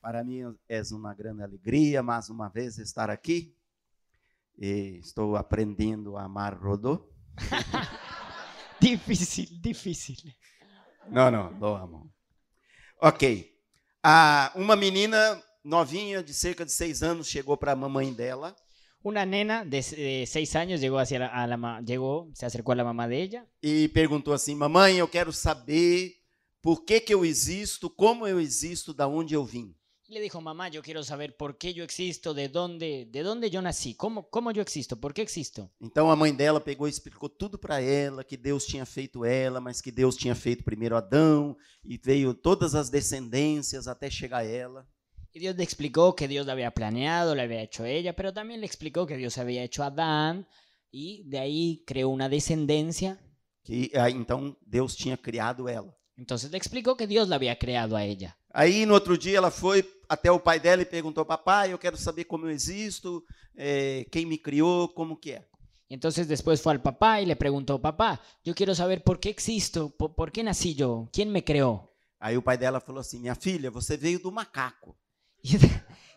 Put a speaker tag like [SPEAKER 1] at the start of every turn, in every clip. [SPEAKER 1] Para mim é uma grande alegria mais uma vez estar aqui. E estou aprendendo a amar Rodô.
[SPEAKER 2] Difícil, difícil.
[SPEAKER 1] Não, não, do amo. Ok. Ah, uma menina novinha de cerca de seis anos chegou para a mamãe dela
[SPEAKER 2] Una nena de, se- de seis años llegó hacia la, a la ma- llegó, se acercó a la mamá de ella
[SPEAKER 1] e perguntou assim: Mamãe, eu quero saber por que, que eu existo, como eu existo, da onde eu vim.
[SPEAKER 2] y le dijo, mamá, yo quiero saber por qué yo existo, de dónde, de dónde yo nací, cómo, cómo yo existo, por qué existo.
[SPEAKER 1] Então a mãe dela pegou e explicou tudo para ela, que Deus tinha feito ela, mas que Deus tinha feito primeiro Adão, e veio todas as descendências até chegar a ela.
[SPEAKER 2] Y Dios le explicó que Dios la había planeado, la había hecho ella, pero también le explicó que Dios había hecho a Adán y de ahí creó una descendencia.
[SPEAKER 1] Que ah, então Deus tinha criado ela.
[SPEAKER 2] Entonces le explicó que Dios la había creado a ella.
[SPEAKER 1] Aí no outro dia ela foi até o pai dela e perguntou: Papai, eu quero saber como eu existo, eh, quem me criou, como que é.
[SPEAKER 2] Y entonces después fue al papá y le preguntó, papá, yo quiero saber por qué existo, por, por qué nací yo, quién me creó.
[SPEAKER 1] Aí o pai dela falou assim: Minha filha, você veio do macaco.
[SPEAKER 2] Y,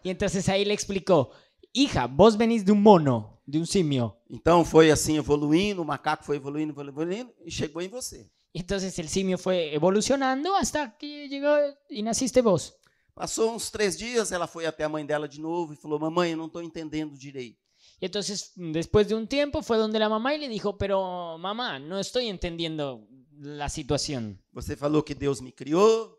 [SPEAKER 2] y entonces ahí le explicó, hija, vos venís de un mono, de un simio.
[SPEAKER 1] Então foi assim evoluindo, o macaco foi evoluindo, foi evoluindo e chegou em você.
[SPEAKER 2] Y entonces el simio fue evolucionando hasta que llegó y naciste vos.
[SPEAKER 1] Passou uns três dias, ela foi até a mãe dela de novo e falou: Mamãe, eu não estou entendendo direito.
[SPEAKER 2] Y entonces después de un tiempo fue donde la mamá y le dijo, pero mamá, no estoy entendiendo la situación.
[SPEAKER 1] Você falou que Deus me criou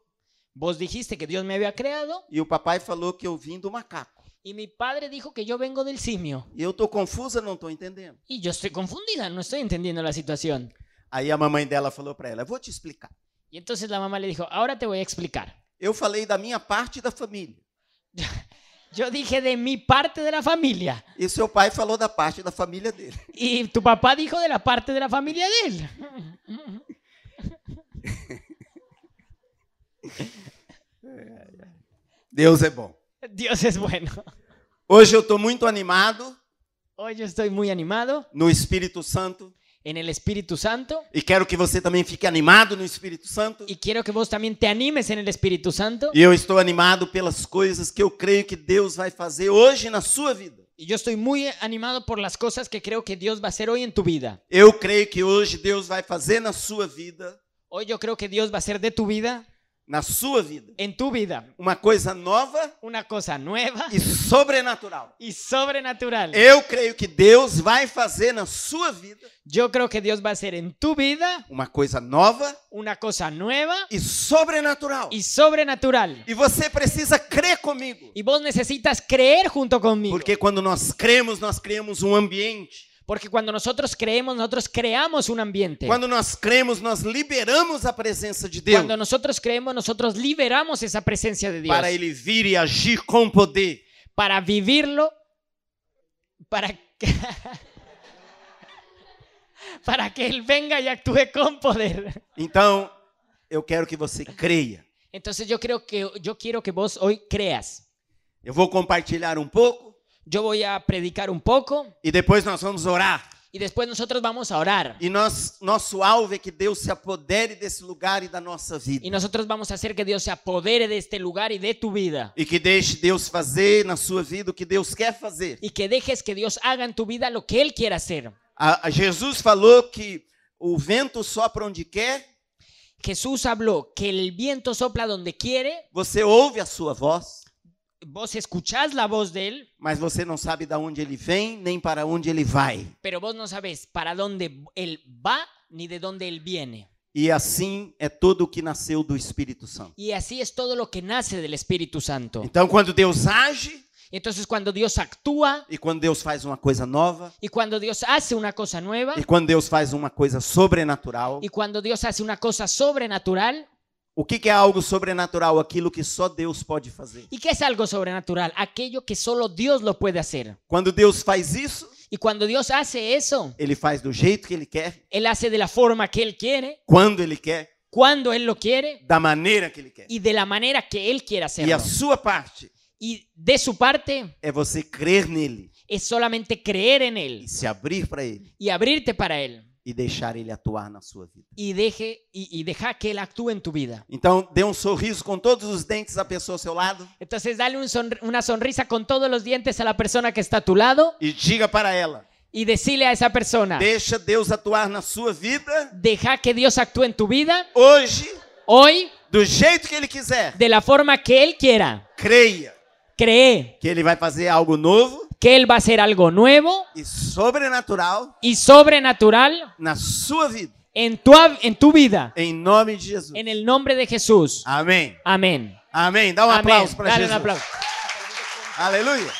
[SPEAKER 2] Vos dijiste que Dios me había creado
[SPEAKER 1] e o papai falou que eu vim do macaco.
[SPEAKER 2] y mi padre dijo que yo vengo del simio.
[SPEAKER 1] E eu estou confusa, não estou entendendo.
[SPEAKER 2] Y yo estoy confundida, no estoy entendiendo la situación.
[SPEAKER 1] Aí a mamãe dela falou para ela: Eu vou te explicar.
[SPEAKER 2] Y entonces la mamá le dijo, ahora te voy a explicar.
[SPEAKER 1] Eu falei da minha parte da família.
[SPEAKER 2] Yo dije de mi parte de la familia
[SPEAKER 1] E seu pai falou da parte da família dele.
[SPEAKER 2] y tu papá dijo de la parte de la familia de él.
[SPEAKER 1] Deus é bom.
[SPEAKER 2] Dios es bueno.
[SPEAKER 1] Hoje eu estou muito animado
[SPEAKER 2] Hoy yo estoy muy animado
[SPEAKER 1] no Espírito Santo
[SPEAKER 2] en el Espíritu Santo
[SPEAKER 1] e quero que você também fique animado no Espírito Santo.
[SPEAKER 2] y quiero que vos también te animes en el Espíritu Santo.
[SPEAKER 1] E eu estou animado pelas coisas que eu creio que Deus vai fazer hoje na sua vida.
[SPEAKER 2] Y yo estoy muy animado por las cosas que creo que Dios va a hacer hoy en tu vida.
[SPEAKER 1] Eu creio que hoje Deus vai fazer na sua vida,
[SPEAKER 2] Hoy yo creo que Dios va a hacer de tu vida,
[SPEAKER 1] na sua vida,
[SPEAKER 2] en tu vida,
[SPEAKER 1] uma coisa nova
[SPEAKER 2] una cosa nueva
[SPEAKER 1] e sobrenatural.
[SPEAKER 2] y sobrenatural.
[SPEAKER 1] Eu creio que Deus vai fazer na sua vida
[SPEAKER 2] Yo creo que Dios va a hacer en tu vida
[SPEAKER 1] uma coisa nova
[SPEAKER 2] una cosa nueva
[SPEAKER 1] e sobrenatural.
[SPEAKER 2] y sobrenatural.
[SPEAKER 1] E você precisa crer comigo.
[SPEAKER 2] Y vos necesitas creer junto conmigo.
[SPEAKER 1] Porque quando nós cremos, nós criamos um ambiente.
[SPEAKER 2] Porque cuando nosotros creemos, nosotros creamos un ambiente.
[SPEAKER 1] Quando nós cremos, nós liberamos a presença de Deus
[SPEAKER 2] Cuando nosotros creemos, nosotros liberamos esa presencia de Dios
[SPEAKER 1] para ele vir e agir com poder.
[SPEAKER 2] para vivirlo, para que, para que Él venga y actúe con poder.
[SPEAKER 1] Então, eu quero que você creia.
[SPEAKER 2] Entonces yo creo que yo quiero que vos hoy creas.
[SPEAKER 1] Eu vou compartilhar um pouco
[SPEAKER 2] Yo voy a predicar un poco
[SPEAKER 1] e depois nós vamos orar.
[SPEAKER 2] y después nosotros vamos a orar.
[SPEAKER 1] E nós, nosso alvo é que Deus se apodere desse lugar e da nossa vida.
[SPEAKER 2] Y nosotros vamos a hacer que Dios se apodere de este lugar y de tu vida.
[SPEAKER 1] E que deixe Deus fazer na sua vida o que Deus quer fazer.
[SPEAKER 2] Y que dejes que Dios haga en tu vida lo que Él quiera hacer.
[SPEAKER 1] A- a Jesus falou que o vento sopra onde quer
[SPEAKER 2] Jesús habló que el viento sopla donde quiere,
[SPEAKER 1] Você ouve a sua voz,
[SPEAKER 2] vos escuchás la voz de Él,
[SPEAKER 1] mas você não sabe de onde ele vem nem para onde ele vai.
[SPEAKER 2] pero vos no sabés para dónde Él va ni de dónde Él viene.
[SPEAKER 1] E assim é todo o que nasceu do Espírito Santo.
[SPEAKER 2] Y así es todo lo que nace del Espíritu Santo.
[SPEAKER 1] Então, quando Deus age
[SPEAKER 2] Entonces cuando Dios actúa
[SPEAKER 1] e quando Deus faz uma coisa nova
[SPEAKER 2] y cuando Dios hace una cosa nueva
[SPEAKER 1] e quando Deus faz uma coisa sobrenatural,
[SPEAKER 2] y cuando Dios hace una cosa sobrenatural,
[SPEAKER 1] o que, que é algo sobrenatural? Aquilo que só Deus pode fazer.
[SPEAKER 2] ¿y qué es algo sobrenatural? Aquello que solo Dios lo puede hacer.
[SPEAKER 1] Quando Deus faz isso,
[SPEAKER 2] Y cuando Dios hace eso,
[SPEAKER 1] ele faz do jeito que ele quer,
[SPEAKER 2] Él hace de la forma que Él quiere,
[SPEAKER 1] quando ele quer,
[SPEAKER 2] cuando Él lo quiere
[SPEAKER 1] da maneira que ele quer.
[SPEAKER 2] y de la manera que Él quiere
[SPEAKER 1] E
[SPEAKER 2] hacerlo.
[SPEAKER 1] a sua parte
[SPEAKER 2] Y de su parte
[SPEAKER 1] é você crer nele
[SPEAKER 2] es solamente creer en
[SPEAKER 1] e
[SPEAKER 2] Él
[SPEAKER 1] se abrir para ele
[SPEAKER 2] y abrirte para Él
[SPEAKER 1] e deixar ele atuar na sua vida.
[SPEAKER 2] y, deje, y, y deja que Él actúe en tu vida.
[SPEAKER 1] Então, dê um sorriso com todos os dentes à pessoa ao seu lado
[SPEAKER 2] Entonces dale un sonri- una sonrisa con todos los dientes a la persona que está a tu lado
[SPEAKER 1] e diga para ela:
[SPEAKER 2] y decile a esa persona,
[SPEAKER 1] deixa Deus atuar na sua vida
[SPEAKER 2] deja que Dios actúe en tu vida
[SPEAKER 1] hoje,
[SPEAKER 2] hoy
[SPEAKER 1] do jeito que Ele quiser.
[SPEAKER 2] de la forma que Él quiera.
[SPEAKER 1] Creia
[SPEAKER 2] Cree
[SPEAKER 1] que Ele vai fazer algo novo
[SPEAKER 2] que Él va a hacer algo nuevo
[SPEAKER 1] e sobrenatural
[SPEAKER 2] y sobrenatural
[SPEAKER 1] na sua vida,
[SPEAKER 2] en tu, ab- en tu vida.
[SPEAKER 1] em nome de Jesus.
[SPEAKER 2] En el nombre de Jesús.
[SPEAKER 1] Amém.
[SPEAKER 2] Amén.
[SPEAKER 1] Amém. Dá um
[SPEAKER 2] Amén.
[SPEAKER 1] aplauso para
[SPEAKER 2] Dale
[SPEAKER 1] Jesus.
[SPEAKER 2] un aplauso.
[SPEAKER 1] Aleluia.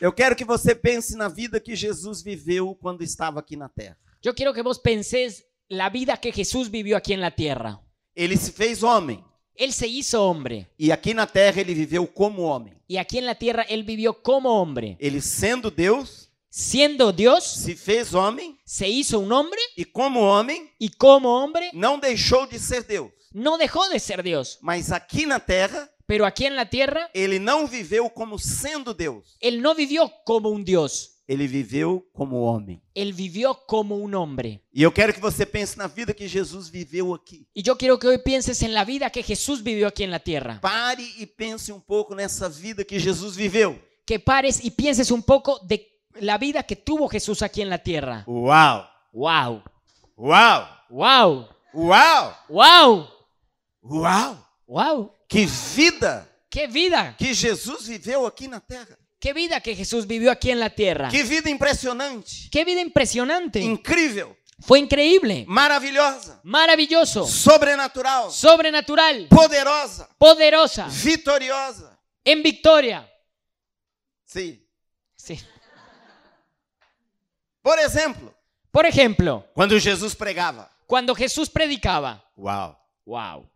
[SPEAKER 1] Eu quero que você pense na vida que Jesus viveu quando estava aqui na terra.
[SPEAKER 2] Yo quiero que vos pensés la vida que Jesús vivió aquí en la tierra.
[SPEAKER 1] Ele se fez homem
[SPEAKER 2] Él se hizo hombre
[SPEAKER 1] e aqui na terra ele viveu como homem.
[SPEAKER 2] y aquí en la tierra Él vivió como hombre.
[SPEAKER 1] Ele sendo Deus,
[SPEAKER 2] Siendo Dios,
[SPEAKER 1] se fez homem
[SPEAKER 2] se hizo un hombre
[SPEAKER 1] e como homem
[SPEAKER 2] y como hombre
[SPEAKER 1] não deixou de ser Deus.
[SPEAKER 2] no dejó de ser Dios.
[SPEAKER 1] Mas aqui na terra
[SPEAKER 2] Pero aquí en la tierra
[SPEAKER 1] ele não viveu como sendo Deus.
[SPEAKER 2] Él no vivió como un Dios,
[SPEAKER 1] Ele viveu como homem.
[SPEAKER 2] Él vivió como un hombre.
[SPEAKER 1] E eu quero que você pense na vida que Jesus viveu aqui.
[SPEAKER 2] Y yo quiero que hoy pienses en la vida que Jesús vivió aquí en la tierra.
[SPEAKER 1] Pare e pense um pouco nessa vida que Jesus viveu.
[SPEAKER 2] Que pares y pienses un poco de la vida que tuvo Jesús aquí en la tierra.
[SPEAKER 1] Uau!
[SPEAKER 2] ¡Wow!
[SPEAKER 1] Uau!
[SPEAKER 2] ¡Wow!
[SPEAKER 1] Uau!
[SPEAKER 2] ¡Wow!
[SPEAKER 1] Uau!
[SPEAKER 2] ¡Wow!
[SPEAKER 1] Que vida
[SPEAKER 2] ¡Qué vida!
[SPEAKER 1] que Jesus viveu aqui na terra.
[SPEAKER 2] ¡Qué vida que Jesús vivió aquí en la tierra!
[SPEAKER 1] Que vida impressionante,
[SPEAKER 2] ¡Qué vida impresionante!
[SPEAKER 1] incrível,
[SPEAKER 2] Fue increíble,
[SPEAKER 1] maravilhosa,
[SPEAKER 2] maravilloso,
[SPEAKER 1] sobrenatural,
[SPEAKER 2] sobrenatural,
[SPEAKER 1] poderosa,
[SPEAKER 2] poderosa,
[SPEAKER 1] vitoriosa.
[SPEAKER 2] en victoria.
[SPEAKER 1] Sim.
[SPEAKER 2] Sí.
[SPEAKER 1] Por exemplo,
[SPEAKER 2] Por ejemplo,
[SPEAKER 1] quando Jesus pregava.
[SPEAKER 2] cuando Jesús predicaba,
[SPEAKER 1] Uau!
[SPEAKER 2] wow.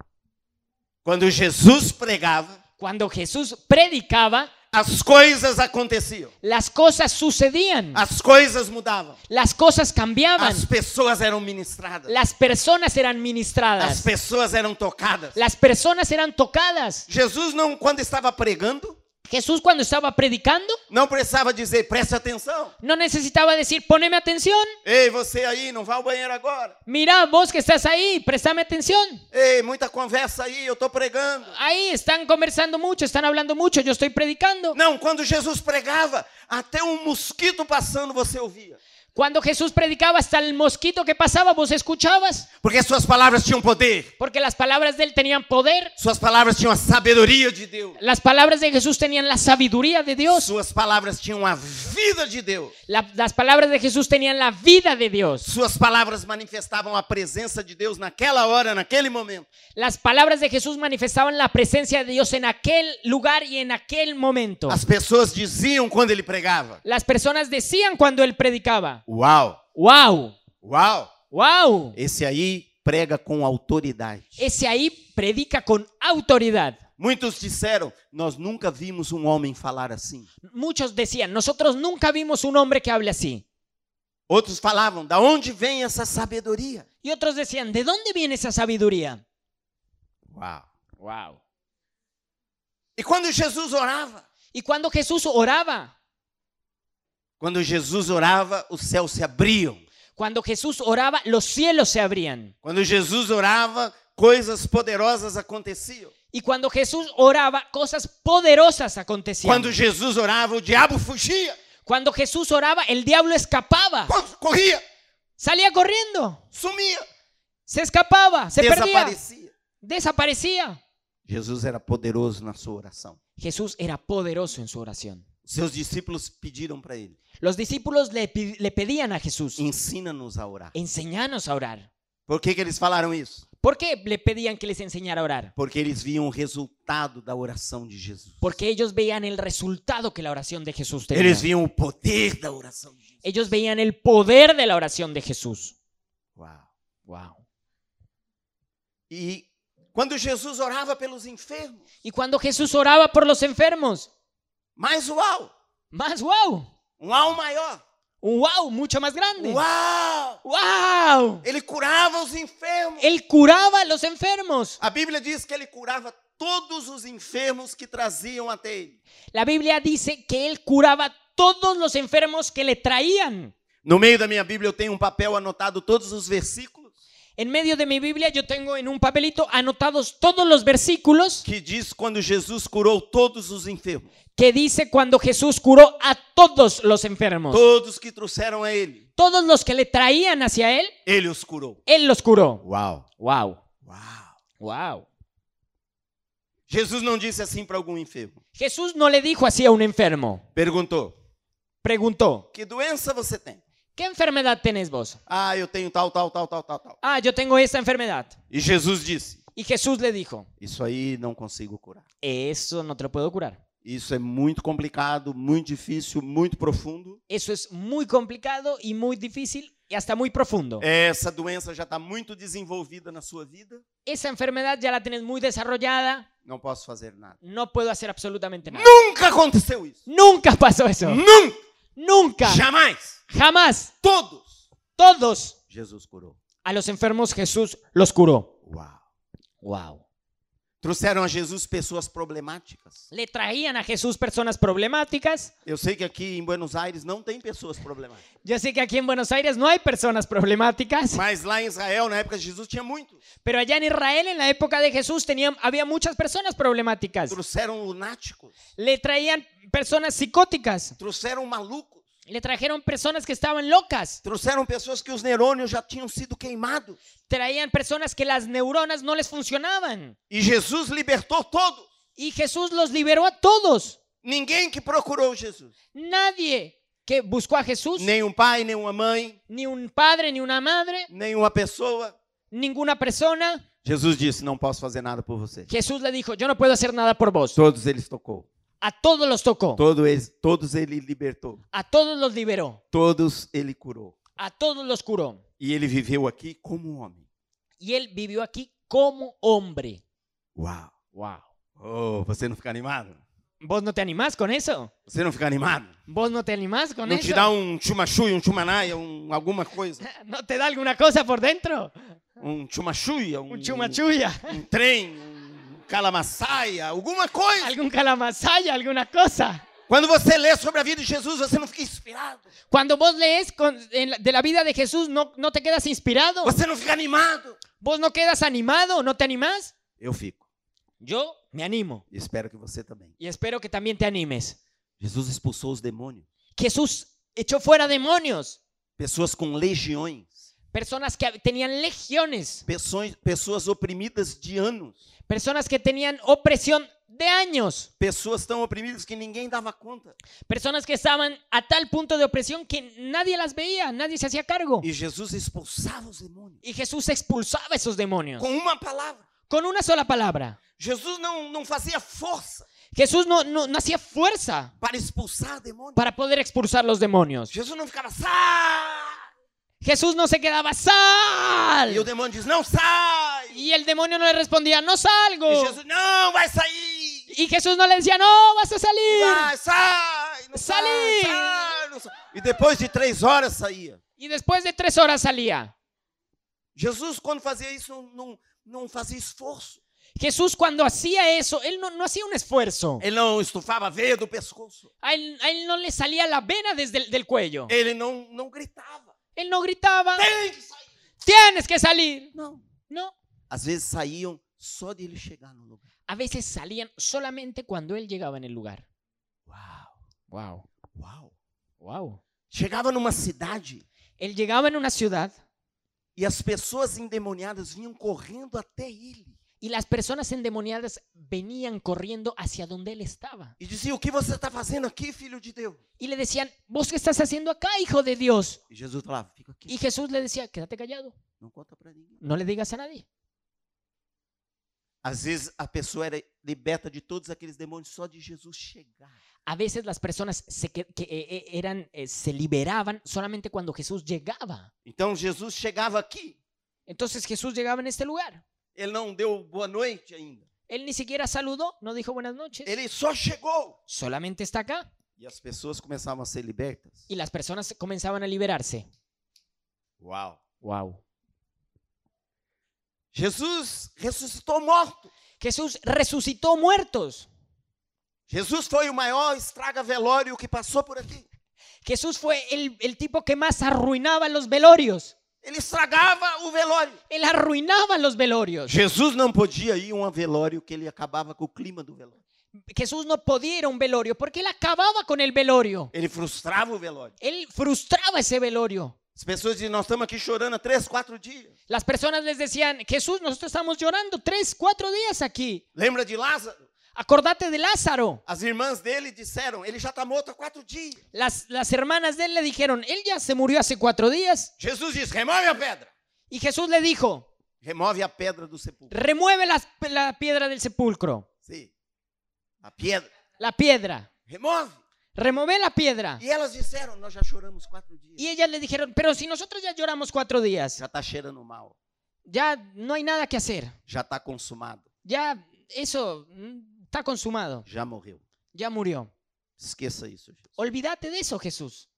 [SPEAKER 1] Quando Jesus pregava,
[SPEAKER 2] Cuando Jesús predicaba,
[SPEAKER 1] as coisas aconteciam,
[SPEAKER 2] las cosas sucedían,
[SPEAKER 1] as coisas mudavam,
[SPEAKER 2] las cosas cambiaban,
[SPEAKER 1] as pessoas eram ministradas.
[SPEAKER 2] las personas eran
[SPEAKER 1] As
[SPEAKER 2] ministradas,
[SPEAKER 1] pessoas eram tocadas.
[SPEAKER 2] las personas eran tocadas.
[SPEAKER 1] Jesus não, quando estava pregando,
[SPEAKER 2] Jesús cuando estaba predicando,
[SPEAKER 1] não precisava dizer, preste atenção.
[SPEAKER 2] no necesitaba decir, poneme atención.
[SPEAKER 1] Ei, você aí, não vá ao banheiro agora.
[SPEAKER 2] Mirá, vos que estás ahí, prestame atención.
[SPEAKER 1] Ei, muita conversa aí, eu estou pregando.
[SPEAKER 2] Ahí están conversando mucho, están hablando mucho, yo estoy predicando.
[SPEAKER 1] Não, quando Jesus pregava, até um mosquito passando você ouvia.
[SPEAKER 2] Cuando Jesús predicaba, hasta el mosquito que pasaba, vos escuchabas,
[SPEAKER 1] Porque suas palavras tinham poder.
[SPEAKER 2] porque las palabras de él tenían poder,
[SPEAKER 1] Suas palavras tinham a sabedoria de Deus.
[SPEAKER 2] las palabras de Jesús tenían la sabiduría de Dios,
[SPEAKER 1] Suas palavras tinham a vida de Deus.
[SPEAKER 2] La- las palabras de Jesús tenían la vida de Dios,
[SPEAKER 1] Suas palavras manifestavam a presença de Deus naquela hora, naquele momento.
[SPEAKER 2] las palabras de Jesús manifestaban la presencia de Dios en aquel lugar y en aquel momento.
[SPEAKER 1] As pessoas diziam quando ele pregava:
[SPEAKER 2] Las personas decían cuando él predicaba,
[SPEAKER 1] Uau!
[SPEAKER 2] wow,
[SPEAKER 1] Uau!
[SPEAKER 2] wow,
[SPEAKER 1] Esse aí prega com autoridade.
[SPEAKER 2] ese ahí predica con autoridad.
[SPEAKER 1] Muitos disseram: Nós nunca vimos um homem falar assim.
[SPEAKER 2] Muchos decían, nosotros nunca vimos un hombre que hable así.
[SPEAKER 1] Outros falavam: Da onde vem essa sabedoria?
[SPEAKER 2] Y otros decían, ¿de dónde viene esa sabiduría?
[SPEAKER 1] Uau!
[SPEAKER 2] Wow.
[SPEAKER 1] E quando Jesus orava?
[SPEAKER 2] Y cuando Jesús oraba,
[SPEAKER 1] Quando Jesus orava, os céus se abriam.
[SPEAKER 2] cuando Jesús oraba, los cielos se abrían.
[SPEAKER 1] Quando Jesus orava, coisas poderosas aconteciam.
[SPEAKER 2] Y cuando Jesús oraba, cosas poderosas acontecían.
[SPEAKER 1] Quando Jesus orava, o diabo fugia,
[SPEAKER 2] Cuando Jesús oraba, el diablo escapaba,
[SPEAKER 1] co- corria,
[SPEAKER 2] salía corriendo,
[SPEAKER 1] sumia,
[SPEAKER 2] se escapaba, se perdía,
[SPEAKER 1] desaparecia.
[SPEAKER 2] desaparecía.
[SPEAKER 1] Jesus era poderoso na sua oração.
[SPEAKER 2] Jesús era poderoso en su oración.
[SPEAKER 1] Seus discípulos pediram para ele:
[SPEAKER 2] Los discípulos le, pi- le pedían a Jesús,
[SPEAKER 1] Ensina-nos a orar.
[SPEAKER 2] enséñanos a orar.
[SPEAKER 1] Por que, que eles falaram isso?
[SPEAKER 2] ¿Por qué le pedían que les enseñara a orar?
[SPEAKER 1] Porque eles viam o resultado da oração de Jesus.
[SPEAKER 2] Porque ellos veían el resultado que la oración de Jesús tenía.
[SPEAKER 1] Eles viam o poder da oração de Jesus.
[SPEAKER 2] Ellos veían el poder de la oración de Jesús.
[SPEAKER 1] Uau.
[SPEAKER 2] Wow.
[SPEAKER 1] E quando Jesus orava pelos enfermos,
[SPEAKER 2] Y cuando Jesús oraba por los enfermos,
[SPEAKER 1] mais uau,
[SPEAKER 2] más wow.
[SPEAKER 1] um uau maior.
[SPEAKER 2] Un wow mucho más grande.
[SPEAKER 1] Uau!
[SPEAKER 2] Wow.
[SPEAKER 1] Ele curava os enfermos.
[SPEAKER 2] Él curaba a los enfermos.
[SPEAKER 1] A Bíblia diz que ele curava todos os enfermos que traziam até ele.
[SPEAKER 2] La Biblia dice que él curaba todos los enfermos que le traían.
[SPEAKER 1] No meio da minha Bíblia eu tenho um papel anotado todos os versículos
[SPEAKER 2] En medio de mi Biblia yo tengo en un papelito anotados todos los versículos
[SPEAKER 1] que diz quando Jesus curou todos os enfermos,
[SPEAKER 2] que dice cuando Jesús curó a todos los enfermos.
[SPEAKER 1] todos que trouxeram a ele,
[SPEAKER 2] Todos los que le traían hacia él,
[SPEAKER 1] ele os curou.
[SPEAKER 2] él los curó.
[SPEAKER 1] Uau,
[SPEAKER 2] Wow.
[SPEAKER 1] uau.
[SPEAKER 2] Wow.
[SPEAKER 1] Jesus não disse assim para algum enfermo.
[SPEAKER 2] Jesús no le dijo así a un enfermo.
[SPEAKER 1] Perguntou:
[SPEAKER 2] Preguntó,
[SPEAKER 1] "Que doença você tem?"
[SPEAKER 2] ¿qué enfermedad tenés vos?
[SPEAKER 1] "Ah, eu tenho tal, tal, tal, tal, tal, tal."
[SPEAKER 2] Ah, yo tengo esta enfermedad.
[SPEAKER 1] E Jesus disse:
[SPEAKER 2] Y Jesús le dijo,
[SPEAKER 1] "Isso aí não consigo curar.
[SPEAKER 2] eso no te lo puedo curar.
[SPEAKER 1] Isso é muito complicado, muito difícil, muito profundo.
[SPEAKER 2] Eso es muy complicado y muy difícil y hasta muy profundo.
[SPEAKER 1] Essa doença já está muito desenvolvida na sua vida.
[SPEAKER 2] Esa enfermedad ya la tenés muy desarrollada,
[SPEAKER 1] Não posso fazer nada."
[SPEAKER 2] no puedo hacer absolutamente nada.
[SPEAKER 1] Nunca aconteceu isso.
[SPEAKER 2] Nunca pasó eso.
[SPEAKER 1] Nunca,
[SPEAKER 2] Nunca.
[SPEAKER 1] jamais.
[SPEAKER 2] Jamás.
[SPEAKER 1] Todos
[SPEAKER 2] Todos
[SPEAKER 1] Jesus curou.
[SPEAKER 2] a los enfermos Jesús los curó.
[SPEAKER 1] Uau.
[SPEAKER 2] Wow.
[SPEAKER 1] Trouxeram a Jesus pessoas problemáticas.
[SPEAKER 2] Le traían a Jesús personas problemáticas.
[SPEAKER 1] Eu sei que aqui em Buenos Aires não tem pessoas problemáticas.
[SPEAKER 2] Yo sé que aquí en Buenos Aires no hay personas problemáticas,
[SPEAKER 1] Mas lá em Israel, na época de Jesus, tinha muito.
[SPEAKER 2] pero allá en Israel en la época de Jesús tenían, había muchas personas problemáticas.
[SPEAKER 1] Trouxeram lunáticos,
[SPEAKER 2] Le traían personas psicóticas.
[SPEAKER 1] trouxeram malucos,
[SPEAKER 2] Le trajeron personas que estaban locas.
[SPEAKER 1] trouxeram pessoas que os neurônios já tinham sido queimados.
[SPEAKER 2] Traían personas que las neuronas no les funcionaban.
[SPEAKER 1] E Jesus libertou todos.
[SPEAKER 2] Y Jesús los liberó a todos.
[SPEAKER 1] Ninguém que procurou Jesus.
[SPEAKER 2] Nadie que buscó a Jesús,
[SPEAKER 1] Nem um pai, nem uma mãe,
[SPEAKER 2] ni un padre, ni una madre,
[SPEAKER 1] nem uma pessoa.
[SPEAKER 2] ninguna persona.
[SPEAKER 1] Jesus disse: Não posso fazer nada por você.
[SPEAKER 2] Jesús le dijo, yo no puedo hacer nada por vos.
[SPEAKER 1] Todos eles tocou.
[SPEAKER 2] A todos los tocó,
[SPEAKER 1] Todo eles, todos ele libertou.
[SPEAKER 2] a todos los liberó,
[SPEAKER 1] Todos ele curou.
[SPEAKER 2] a todos los curó.
[SPEAKER 1] E ele viveu aqui como um homem.
[SPEAKER 2] Y él vivió aquí como hombre.
[SPEAKER 1] Uau.
[SPEAKER 2] Wow.
[SPEAKER 1] Oh, você não fica animado?
[SPEAKER 2] ¿Vos no te animás con eso?
[SPEAKER 1] Você não fica animado?
[SPEAKER 2] ¿Vos no te animás con
[SPEAKER 1] Não
[SPEAKER 2] eso?
[SPEAKER 1] te dá um chumachui, um chumanaia, um alguma coisa?
[SPEAKER 2] ¿No te da alguna cosa por dentro?
[SPEAKER 1] Um chumachuia, um,
[SPEAKER 2] Un chumachuya,
[SPEAKER 1] um trem, um calamassaia, alguma coisa.
[SPEAKER 2] algún calamasaya, alguna cosa.
[SPEAKER 1] Quando você lê sobre a vida de Jesus, você não fica inspirado.
[SPEAKER 2] Cuando vos lees con- en la- de la vida de Jesús, no, no te quedas inspirado.
[SPEAKER 1] Você não fica animado.
[SPEAKER 2] Vos no quedas animado, no te animás.
[SPEAKER 1] Eu fico.
[SPEAKER 2] Yo me animo
[SPEAKER 1] Espero que você também.
[SPEAKER 2] y espero que también te animes.
[SPEAKER 1] Jesus expulsou os demônios.
[SPEAKER 2] Jesús echó fuera demonios,
[SPEAKER 1] Pessoas com legiões.
[SPEAKER 2] personas que tenían legiones,
[SPEAKER 1] Pessoas, pessoas oprimidas de anos.
[SPEAKER 2] personas que tenían opresión de años,
[SPEAKER 1] Pessoas tão oprimidas que ninguém dava conta.
[SPEAKER 2] personas que estaban a tal punto de opresión que nadie las veía, nadie se hacía cargo.
[SPEAKER 1] E Jesus expulsava os demônios.
[SPEAKER 2] Y Jesús expulsaba esos demonios
[SPEAKER 1] Com uma palavra.
[SPEAKER 2] con una sola palabra.
[SPEAKER 1] Jesus não, não fazia força
[SPEAKER 2] Jesús no, no- no hacía fuerza
[SPEAKER 1] para expulsar demônios.
[SPEAKER 2] para poder expulsar los demonios.
[SPEAKER 1] Jesus não ficava, sai!
[SPEAKER 2] Jesús no se quedaba,
[SPEAKER 1] E o
[SPEAKER 2] sal.
[SPEAKER 1] demônio diz, não sai!
[SPEAKER 2] Y el demonio no le respondía, no salgo.
[SPEAKER 1] E Jesus, não, vai sair!
[SPEAKER 2] Y Jesús no le decía, no, vas a salir.
[SPEAKER 1] Vai, sai! Não
[SPEAKER 2] Salir!
[SPEAKER 1] Sai, sai, não sai. E depois de três horas saía.
[SPEAKER 2] Y después de tres horas salía.
[SPEAKER 1] Jesus, quando fazia isso, não, não fazia esforço.
[SPEAKER 2] Jesús cuando hacía eso, él no, no hacía un esfuerzo.
[SPEAKER 1] Ele não estufava a veia do pescoço.
[SPEAKER 2] A él, a él no le salía la vena desde el del cuello.
[SPEAKER 1] Ele não, não gritava.
[SPEAKER 2] Él no gritaba,
[SPEAKER 1] Tem que sair!
[SPEAKER 2] tienes que salir.
[SPEAKER 1] Não.
[SPEAKER 2] No.
[SPEAKER 1] Às vezes saíam só de ele chegar no lugar.
[SPEAKER 2] A veces salían solamente cuando él llegaba en el lugar.
[SPEAKER 1] Uau,
[SPEAKER 2] Wow,
[SPEAKER 1] uau.
[SPEAKER 2] wow.
[SPEAKER 1] Chegava numa cidade
[SPEAKER 2] Él llegaba en una ciudad
[SPEAKER 1] e as pessoas endemoniadas vinham correndo até ele
[SPEAKER 2] y las personas endemoniadas venían corriendo hacia donde él estaba.
[SPEAKER 1] e diziam: O que você está fazendo aqui, filho de Deus?
[SPEAKER 2] Y le decían, ¿vos qué estás haciendo acá, hijo de Dios?
[SPEAKER 1] E Jesus falava: Fica aqui,
[SPEAKER 2] Y Jesús le decía, quédate callado,
[SPEAKER 1] não conta para ninguém.
[SPEAKER 2] no le digas a nadie.
[SPEAKER 1] Às vezes a pessoa era liberta de todos aqueles demônios só de Jesus chegar.
[SPEAKER 2] A veces las personas se, que, que, eh, eh, eran, eh, se liberaban solamente cuando Jesús llegaba.
[SPEAKER 1] Então Jesus chegava aqui,
[SPEAKER 2] Entonces Jesús llegaba en este lugar.
[SPEAKER 1] ele não deu boa noite ainda,
[SPEAKER 2] Él ni siquiera saludó, no dijo buenas noches.
[SPEAKER 1] ele só chegou.
[SPEAKER 2] Solamente está acá.
[SPEAKER 1] E as pessoas começavam a ser libertas.
[SPEAKER 2] Y las personas comenzaban a liberarse.
[SPEAKER 1] Uau!
[SPEAKER 2] Wow.
[SPEAKER 1] Jesus ressuscitou morto.
[SPEAKER 2] Jesús resucitó muertos.
[SPEAKER 1] Jesus foi o maior estraga-velório que passou por aqui.
[SPEAKER 2] Jesús fue el, el tipo que más arruinaba los velorios.
[SPEAKER 1] Ele estragava o velório.
[SPEAKER 2] Él arruinaba los velorios.
[SPEAKER 1] Jesus não podia ir a um velório que ele acabava com o clima do velório.
[SPEAKER 2] Jesús no podía ir a un velorio porque él acababa con el velorio.
[SPEAKER 1] Ele frustrava o velório.
[SPEAKER 2] Él frustraba ese velorio.
[SPEAKER 1] As pessoas dizem, nós estamos aqui chorando há três, quatro dias.
[SPEAKER 2] Las personas les decían, Jesús, nosotros estamos llorando tres, cuatro días aquí.
[SPEAKER 1] Lembra de Lázaro?
[SPEAKER 2] Acordate de Lázaro.
[SPEAKER 1] As irmãs dele disseram, ele já está morto há quatro dias.
[SPEAKER 2] Las, las hermanas de él le dijeron, él ya se murió hace cuatro días.
[SPEAKER 1] Jesus diz, remove a pedra.
[SPEAKER 2] Y Jesús le dijo,
[SPEAKER 1] Remove a pedra do sepulcro.
[SPEAKER 2] remueve las- la piedra del sepulcro.
[SPEAKER 1] Sim. A pedra.
[SPEAKER 2] La piedra.
[SPEAKER 1] Remove.
[SPEAKER 2] Remove la piedra.
[SPEAKER 1] E elas disseram, nós já choramos quatro dias.
[SPEAKER 2] Y ellas le dijeron, pero si nosotros ya lloramos cuatro días,
[SPEAKER 1] Já está cheirando mal.
[SPEAKER 2] ya no hay nada que hacer.
[SPEAKER 1] Já está consumado.
[SPEAKER 2] Ya eso mm, está consumado.
[SPEAKER 1] Já morreu.
[SPEAKER 2] Ya murió.
[SPEAKER 1] Esqueça isso. Jesus.
[SPEAKER 2] Olvídate de eso, Jesús.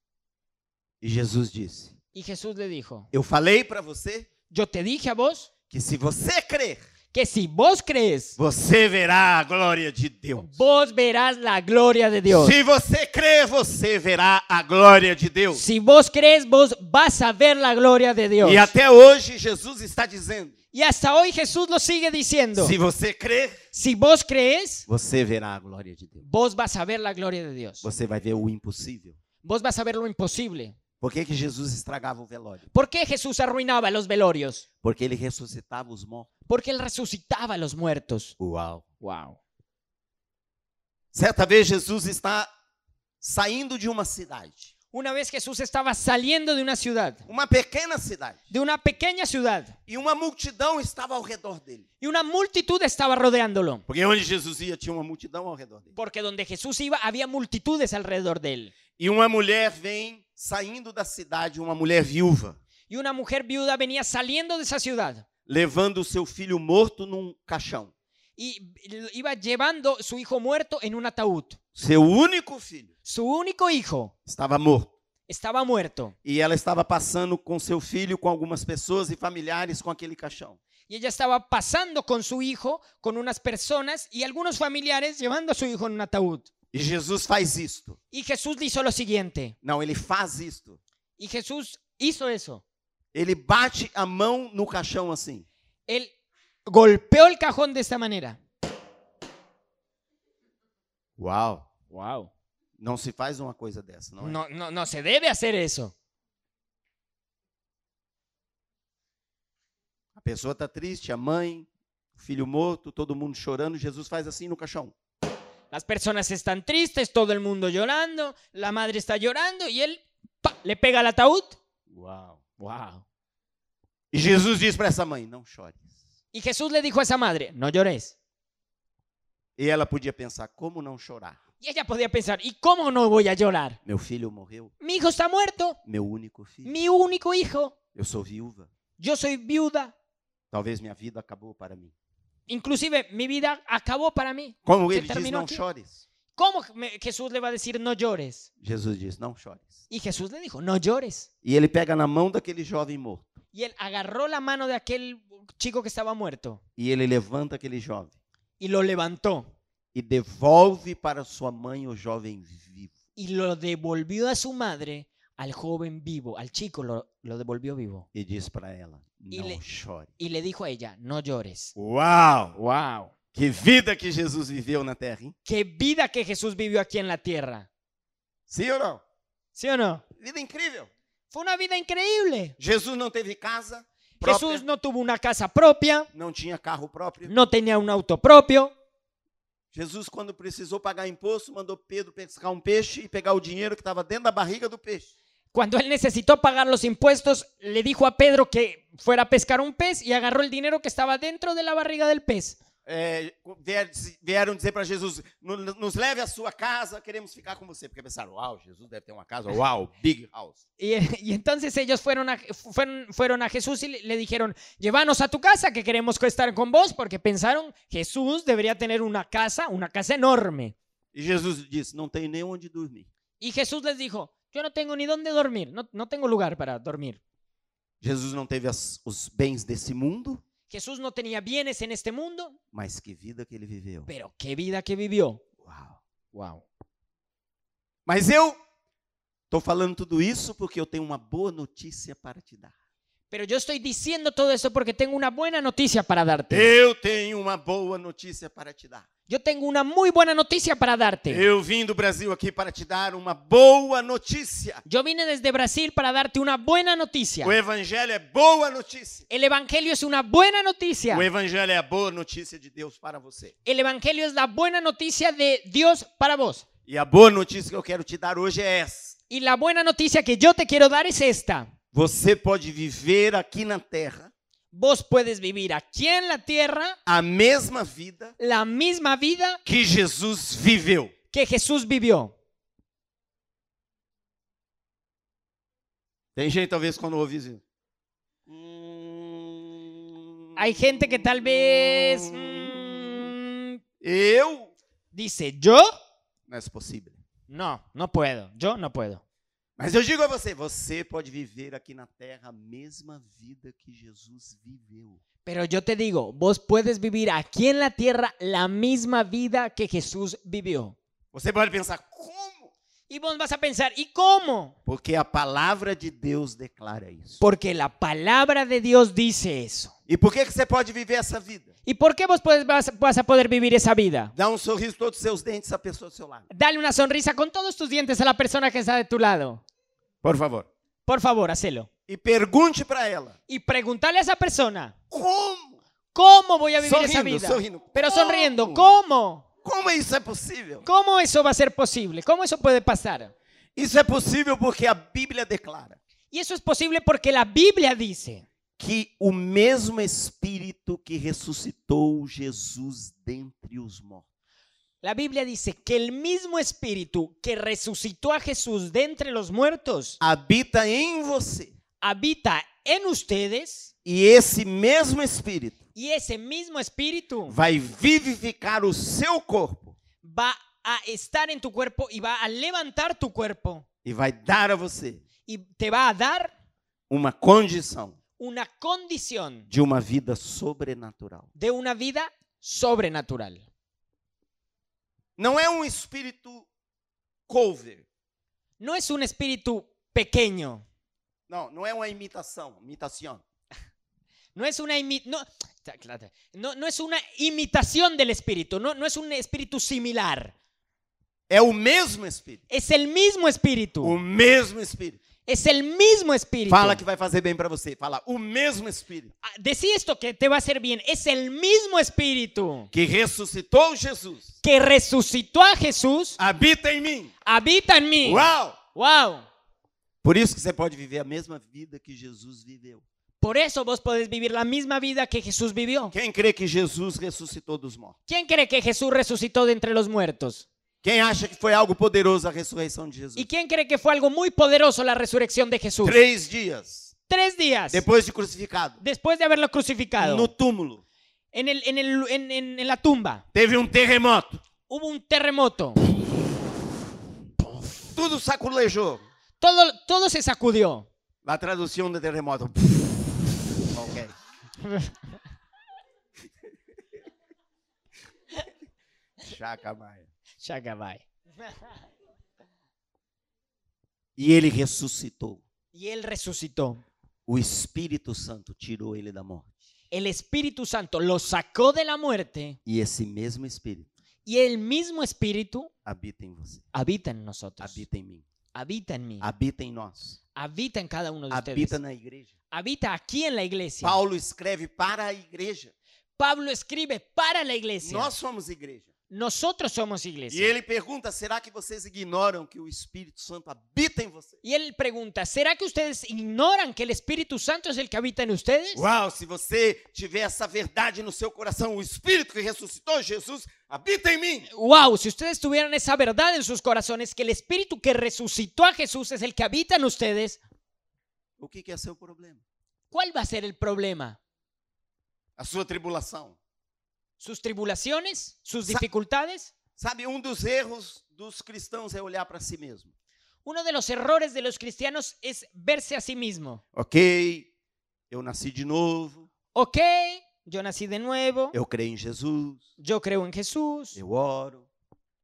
[SPEAKER 1] E Jesus disse,
[SPEAKER 2] Y Jesús le dijo,
[SPEAKER 1] eu falei para você
[SPEAKER 2] yo te dije a vos
[SPEAKER 1] que se você crer,
[SPEAKER 2] que si vos crees,
[SPEAKER 1] você verá a glória de Deus.
[SPEAKER 2] vos verás la gloria de Dios.
[SPEAKER 1] Se você crer, você verá a glória de Deus.
[SPEAKER 2] Si vos crees, vos vas a ver la gloria de Dios.
[SPEAKER 1] E até hoje Jesus está dizendo:
[SPEAKER 2] Y hasta hoy Jesús lo sigue diciendo.
[SPEAKER 1] se você crer,
[SPEAKER 2] Si vos crees,
[SPEAKER 1] você verá a glória de Deus.
[SPEAKER 2] vos vas a ver la gloria de Dios.
[SPEAKER 1] Você vai ver o impossível.
[SPEAKER 2] Vos vas a ver lo imposible.
[SPEAKER 1] Por que, que Jesus estragava o velório?
[SPEAKER 2] ¿Por qué Jesús arruinaba los velorios?
[SPEAKER 1] Porque ele ressuscitava os mortos.
[SPEAKER 2] Porque él resucitaba a los muertos.
[SPEAKER 1] Uau!
[SPEAKER 2] Wow.
[SPEAKER 1] Certa vez Jesus está saindo de uma cidade,
[SPEAKER 2] Una vez Jesús estaba saliendo de una ciudad,
[SPEAKER 1] uma pequena cidade,
[SPEAKER 2] de una pequeña ciudad,
[SPEAKER 1] e uma multidão estava ao redor dele.
[SPEAKER 2] y una multitud estaba rodeándolo.
[SPEAKER 1] Porque onde Jesus ia tinha uma multidão ao redor dele.
[SPEAKER 2] Porque donde Jesús iba había multitudes alrededor de él.
[SPEAKER 1] E uma mulher vem saindo da cidade, uma mulher viúva,
[SPEAKER 2] Y una mujer viuda venía saliendo de esa ciudad
[SPEAKER 1] levando o seu filho morto num caixão,
[SPEAKER 2] y iba llevando su hijo muerto en un ataúd.
[SPEAKER 1] seu único filho.
[SPEAKER 2] Su único hijo
[SPEAKER 1] estava morto.
[SPEAKER 2] estaba muerto
[SPEAKER 1] E ela estava passando com seu filho, com algumas pessoas e familiares com aquele caixão.
[SPEAKER 2] y ella estaba pasando con su hijo, con unas personas y algunos familiares llevando a su hijo en un ataúd.
[SPEAKER 1] E Jesus faz isto.
[SPEAKER 2] Y Jesús hizo lo siguiente.
[SPEAKER 1] Não, ele faz isto.
[SPEAKER 2] Y Jesús hizo eso.
[SPEAKER 1] Ele bate a mão no caixão assim.
[SPEAKER 2] Él golpeó el cajón de esta manera.
[SPEAKER 1] Uau!
[SPEAKER 2] Wow.
[SPEAKER 1] Não se faz uma coisa dessa, não é?
[SPEAKER 2] No, no, no se debe hacer eso.
[SPEAKER 1] A pessoa está triste, a mãe, o filho morto, todo mundo chorando. Jesus faz assim no caixão.
[SPEAKER 2] Las personas están tristes, todo el mundo llorando, la madre está llorando y él pa, le pega al ataúd.
[SPEAKER 1] Uau!
[SPEAKER 2] Wow.
[SPEAKER 1] E Jesus diz para essa mãe: não chore.
[SPEAKER 2] Y Jesús le dijo a esa madre, no llores.
[SPEAKER 1] E ela podia pensar: como não chorar?
[SPEAKER 2] Y ella podía pensar, ¿y cómo no voy a llorar?
[SPEAKER 1] Meu filho morreu,
[SPEAKER 2] Mi hijo está muerto,
[SPEAKER 1] meu único filho.
[SPEAKER 2] mi único hijo,
[SPEAKER 1] Eu sou viúva.
[SPEAKER 2] yo soy viuda,
[SPEAKER 1] Talvez minha vida acabou para mim.
[SPEAKER 2] inclusive mi vida acabou para mí.
[SPEAKER 1] Como
[SPEAKER 2] Você
[SPEAKER 1] ele diz,
[SPEAKER 2] terminou
[SPEAKER 1] não
[SPEAKER 2] aqui?
[SPEAKER 1] chores.
[SPEAKER 2] ¿Cómo me- Jesús le va a decir no llores?
[SPEAKER 1] Jesus diz, não chores.
[SPEAKER 2] Y Jesús le dijo, no llores.
[SPEAKER 1] E ele pega na mão daquele jovem morto
[SPEAKER 2] Y él agarró la mano de aquel chico que estaba muerto
[SPEAKER 1] e ele levanta aquele jovem
[SPEAKER 2] y lo levantó
[SPEAKER 1] e devolve para sua mãe o jovem vivo.
[SPEAKER 2] y lo devolvió a su madre, al joven vivo, al chico lo, lo devolvió vivo.
[SPEAKER 1] E diz para ela,
[SPEAKER 2] E
[SPEAKER 1] não
[SPEAKER 2] le-
[SPEAKER 1] chore.
[SPEAKER 2] Y le dijo a ella, no llores.
[SPEAKER 1] Uau!
[SPEAKER 2] ¡Wow!
[SPEAKER 1] Que vida que Jesus viveu na terra, hein?
[SPEAKER 2] ¡Qué vida que Jesús vivió aquí en la tierra!
[SPEAKER 1] Sim ou não?
[SPEAKER 2] ¿Sí o no?
[SPEAKER 1] Vida incrível.
[SPEAKER 2] Fue una vida increíble.
[SPEAKER 1] Jesus não teve casa própria,
[SPEAKER 2] Jesús no tuvo una casa propia,
[SPEAKER 1] não tinha carro próprio.
[SPEAKER 2] no tenía un auto propio.
[SPEAKER 1] Jesus, quando precisou pagar imposto, mandou Pedro pescar um peixe e pegar o dinheiro que estava dentro da barriga do peixe.
[SPEAKER 2] Cuando él necesitó pagar los impuestos, le dijo a Pedro que fuera a pescar un pez y agarró el dinero que estaba dentro de la barriga del pez.
[SPEAKER 1] é, vier- vieram dizer para Jesus: "No- nos leve à sua casa, queremos ficar com você. Porque pensaram: uau, Jesus deve ter uma casa, uau, big house.
[SPEAKER 2] Y, y entonces ellos fueron a, fueron, fueron a Jesús y le, le dijeron, llévanos a tu casa que queremos estar con vos, porque pensaron, Jesús debería tener una casa, una casa enorme.
[SPEAKER 1] E Jesus disse: não tem nem onde dormir.
[SPEAKER 2] Y Jesús les dijo, yo no tengo ni dónde dormir, no, no tengo lugar para dormir.
[SPEAKER 1] Jesus não teve as- os bens desse mundo,
[SPEAKER 2] Jesús no tenía bienes en este mundo,
[SPEAKER 1] mas que vida que ele viveu.
[SPEAKER 2] pero qué vida que vivió.
[SPEAKER 1] Uau.
[SPEAKER 2] Wow.
[SPEAKER 1] Mas eu Estou falando tudo isso porque eu tenho uma boa notícia para te dar.
[SPEAKER 2] Pero yo estoy diciendo todo esto porque tengo una buena noticia para darte.
[SPEAKER 1] Eu tenho uma boa notícia para te dar.
[SPEAKER 2] Yo tengo una muy buena noticia para darte.
[SPEAKER 1] Eu vim do Brasil aqui para te dar uma boa notícia.
[SPEAKER 2] Yo vine desde Brasil para darte una buena noticia.
[SPEAKER 1] O evangelho é boa notícia.
[SPEAKER 2] El Evangelio es una buena noticia.
[SPEAKER 1] O evangelho é a boa notícia de Deus para você.
[SPEAKER 2] El Evangelio es la buena noticia de Dios para vos.
[SPEAKER 1] E a boa notícia que eu quero te dar hoje é essa.
[SPEAKER 2] Y la buena noticia que yo te quiero dar es esta.
[SPEAKER 1] Você pode viver aqui na terra
[SPEAKER 2] Vos puedes vivir aquí en la tierra
[SPEAKER 1] a mesma vida
[SPEAKER 2] la misma vida
[SPEAKER 1] que Jesus viveu.
[SPEAKER 2] que Jesús vivió.
[SPEAKER 1] Tem gente talvez quando ouve isso. Hum,
[SPEAKER 2] Hay gente que tal vez mm,
[SPEAKER 1] Eu?
[SPEAKER 2] dice, ¿yo?
[SPEAKER 1] Não é possível.
[SPEAKER 2] No, no puedo. Yo no puedo.
[SPEAKER 1] Mas eu digo a você, você pode viver aqui na terra a mesma vida que Jesus viveu.
[SPEAKER 2] Pero yo te digo, vos puedes vivir aquí en la tierra la misma vida que Jesús vivió.
[SPEAKER 1] Você pode pensar como?
[SPEAKER 2] Y vos vas a pensar, ¿y cómo?
[SPEAKER 1] Porque a palavra de Deus declara isso.
[SPEAKER 2] Porque la palabra de Dios dice eso.
[SPEAKER 1] E por que que você pode viver essa vida?
[SPEAKER 2] ¿Y por qué vos puedes- vas, vas a poder vivir esa vida?
[SPEAKER 1] Dá um sorriso todos os seus dentes à pessoa do seu lado.
[SPEAKER 2] Dale una sonrisa con todos tus dientes a la persona que está de tu lado.
[SPEAKER 1] Por favor.
[SPEAKER 2] Por favor, hacelo.
[SPEAKER 1] E pergunte para ela.
[SPEAKER 2] Y preguntarle a esa persona,
[SPEAKER 1] Como?
[SPEAKER 2] ¿cómo voy a vivir esa
[SPEAKER 1] Sonriendo,
[SPEAKER 2] vida?
[SPEAKER 1] sonriendo.
[SPEAKER 2] Pero sonriendo,
[SPEAKER 1] ¿Cómo?
[SPEAKER 2] ¿cómo?
[SPEAKER 1] Como isso é possível?
[SPEAKER 2] ¿Cómo eso va a ser posible? ¿Cómo eso puede pasar?
[SPEAKER 1] Isso é possível porque a Bíblia declara
[SPEAKER 2] Y eso es posible porque la Biblia dice
[SPEAKER 1] que o mesmo Espírito que ressuscitou Jesus dentre os mortos.
[SPEAKER 2] La Biblia dice que el mismo espíritu que resucitó a Jesús de entre los muertos
[SPEAKER 1] habita em você.
[SPEAKER 2] habita en ustedes
[SPEAKER 1] E esse mesmo Espírito
[SPEAKER 2] y ese mismo espíritu
[SPEAKER 1] vai vivificar o seu corpo
[SPEAKER 2] va a estar en tu cuerpo y va a levantar tu cuerpo
[SPEAKER 1] e vai dar a você
[SPEAKER 2] y te va a dar
[SPEAKER 1] uma condição
[SPEAKER 2] una condición
[SPEAKER 1] de uma vida sobrenatural.
[SPEAKER 2] de una vida sobrenatural.
[SPEAKER 1] Não é um espírito cover.
[SPEAKER 2] No es un espíritu pequeño,
[SPEAKER 1] Não, não é uma imitação, imitação.
[SPEAKER 2] no es una, imi- no, Ta- claro. No- no es una imitación del espíritu, no, no es un espíritu similar,
[SPEAKER 1] É o mesmo espírito.
[SPEAKER 2] es el mismo espíritu.
[SPEAKER 1] O mesmo espírito.
[SPEAKER 2] Es el mismo espíritu.
[SPEAKER 1] Fala que vai fazer bem para você. Fala, o mesmo espírito
[SPEAKER 2] Ah, Decí esto que te va a hacer bien. Es el mismo espíritu
[SPEAKER 1] que ressuscitou Jesus
[SPEAKER 2] que resucitó a Jesús,
[SPEAKER 1] habita em mim.
[SPEAKER 2] habita en mí.
[SPEAKER 1] Uau!
[SPEAKER 2] Wow.
[SPEAKER 1] Por isso que você pode viver a mesma vida que Jesus viveu.
[SPEAKER 2] Por eso vos podés vivir la misma vida que Jesús vivió.
[SPEAKER 1] Quem crê que Jesus ressuscitou dos mortos?
[SPEAKER 2] ¿Quién cree que Jesús resucitó de entre los muertos?
[SPEAKER 1] Quem acha que foi algo poderoso a ressurreição de Jesus?
[SPEAKER 2] ¿Y quién cree que fue algo muy poderoso la resurrección de Jesús?
[SPEAKER 1] Três dias
[SPEAKER 2] Tres días
[SPEAKER 1] depois de crucificado,
[SPEAKER 2] después de haberlo
[SPEAKER 1] no
[SPEAKER 2] crucificado
[SPEAKER 1] túmulo,
[SPEAKER 2] en, el, en, el- en- en- en la tumba,
[SPEAKER 1] teve um terremoto.
[SPEAKER 2] hubo un terremoto.
[SPEAKER 1] Tudo saculejou.
[SPEAKER 2] Todo, todo se sacudió.
[SPEAKER 1] A tradução do um terremoto. Ok. Chaca Maia.
[SPEAKER 2] Shagabay.
[SPEAKER 1] E ele ressuscitou.
[SPEAKER 2] Y él resucitó.
[SPEAKER 1] O Espírito Santo tirou ele da morte.
[SPEAKER 2] el Espíritu Santo lo sacó de la muerte
[SPEAKER 1] E esse mesmo Espírito
[SPEAKER 2] y el mismo Espíritu
[SPEAKER 1] habita em você,
[SPEAKER 2] habita en nosotros,
[SPEAKER 1] habita em mim,
[SPEAKER 2] habita en mí,
[SPEAKER 1] habita em nós.
[SPEAKER 2] habita en cada uno de
[SPEAKER 1] habita
[SPEAKER 2] ustedes,
[SPEAKER 1] na igreja.
[SPEAKER 2] habita aquí en la iglesia.
[SPEAKER 1] Paulo escreve para a igreja.
[SPEAKER 2] Pablo escribe para la iglesia.
[SPEAKER 1] Nós somos igreja.
[SPEAKER 2] Nosotros somos
[SPEAKER 1] E
[SPEAKER 2] iglesia.
[SPEAKER 1] ele pergunta: será que vocês ignoram que o Espírito Santo habita em vocês?
[SPEAKER 2] Y él pregunta, ¿será que ustedes ignoran que el Espíritu Santo es el que habita en ustedes?
[SPEAKER 1] Uau, se você tiver esa verdade no seu coração, o Espírito que ressuscitou Jesus habita em mim.
[SPEAKER 2] Wow, si ustedes tuvieran esa verdad en sus corazones, que el Espíritu que resucitó a Jesús es el que habita en ustedes,
[SPEAKER 1] O que, que é seu problema?
[SPEAKER 2] ¿cuál va a ser el problema?
[SPEAKER 1] A sua tribulação.
[SPEAKER 2] ¿Sus tribulaciones? ¿Sus
[SPEAKER 1] Sa-
[SPEAKER 2] dificultades?
[SPEAKER 1] Sabe, um dos erros dos cristãos é olhar para si mesmo.
[SPEAKER 2] Uno de los errores de los cristianos es verse a sí mismo.
[SPEAKER 1] Ok, eu nasci de novo,
[SPEAKER 2] Ok, yo nací de nuevo,
[SPEAKER 1] eu creio em Jesus,
[SPEAKER 2] yo creo en Jesús,
[SPEAKER 1] eu oro,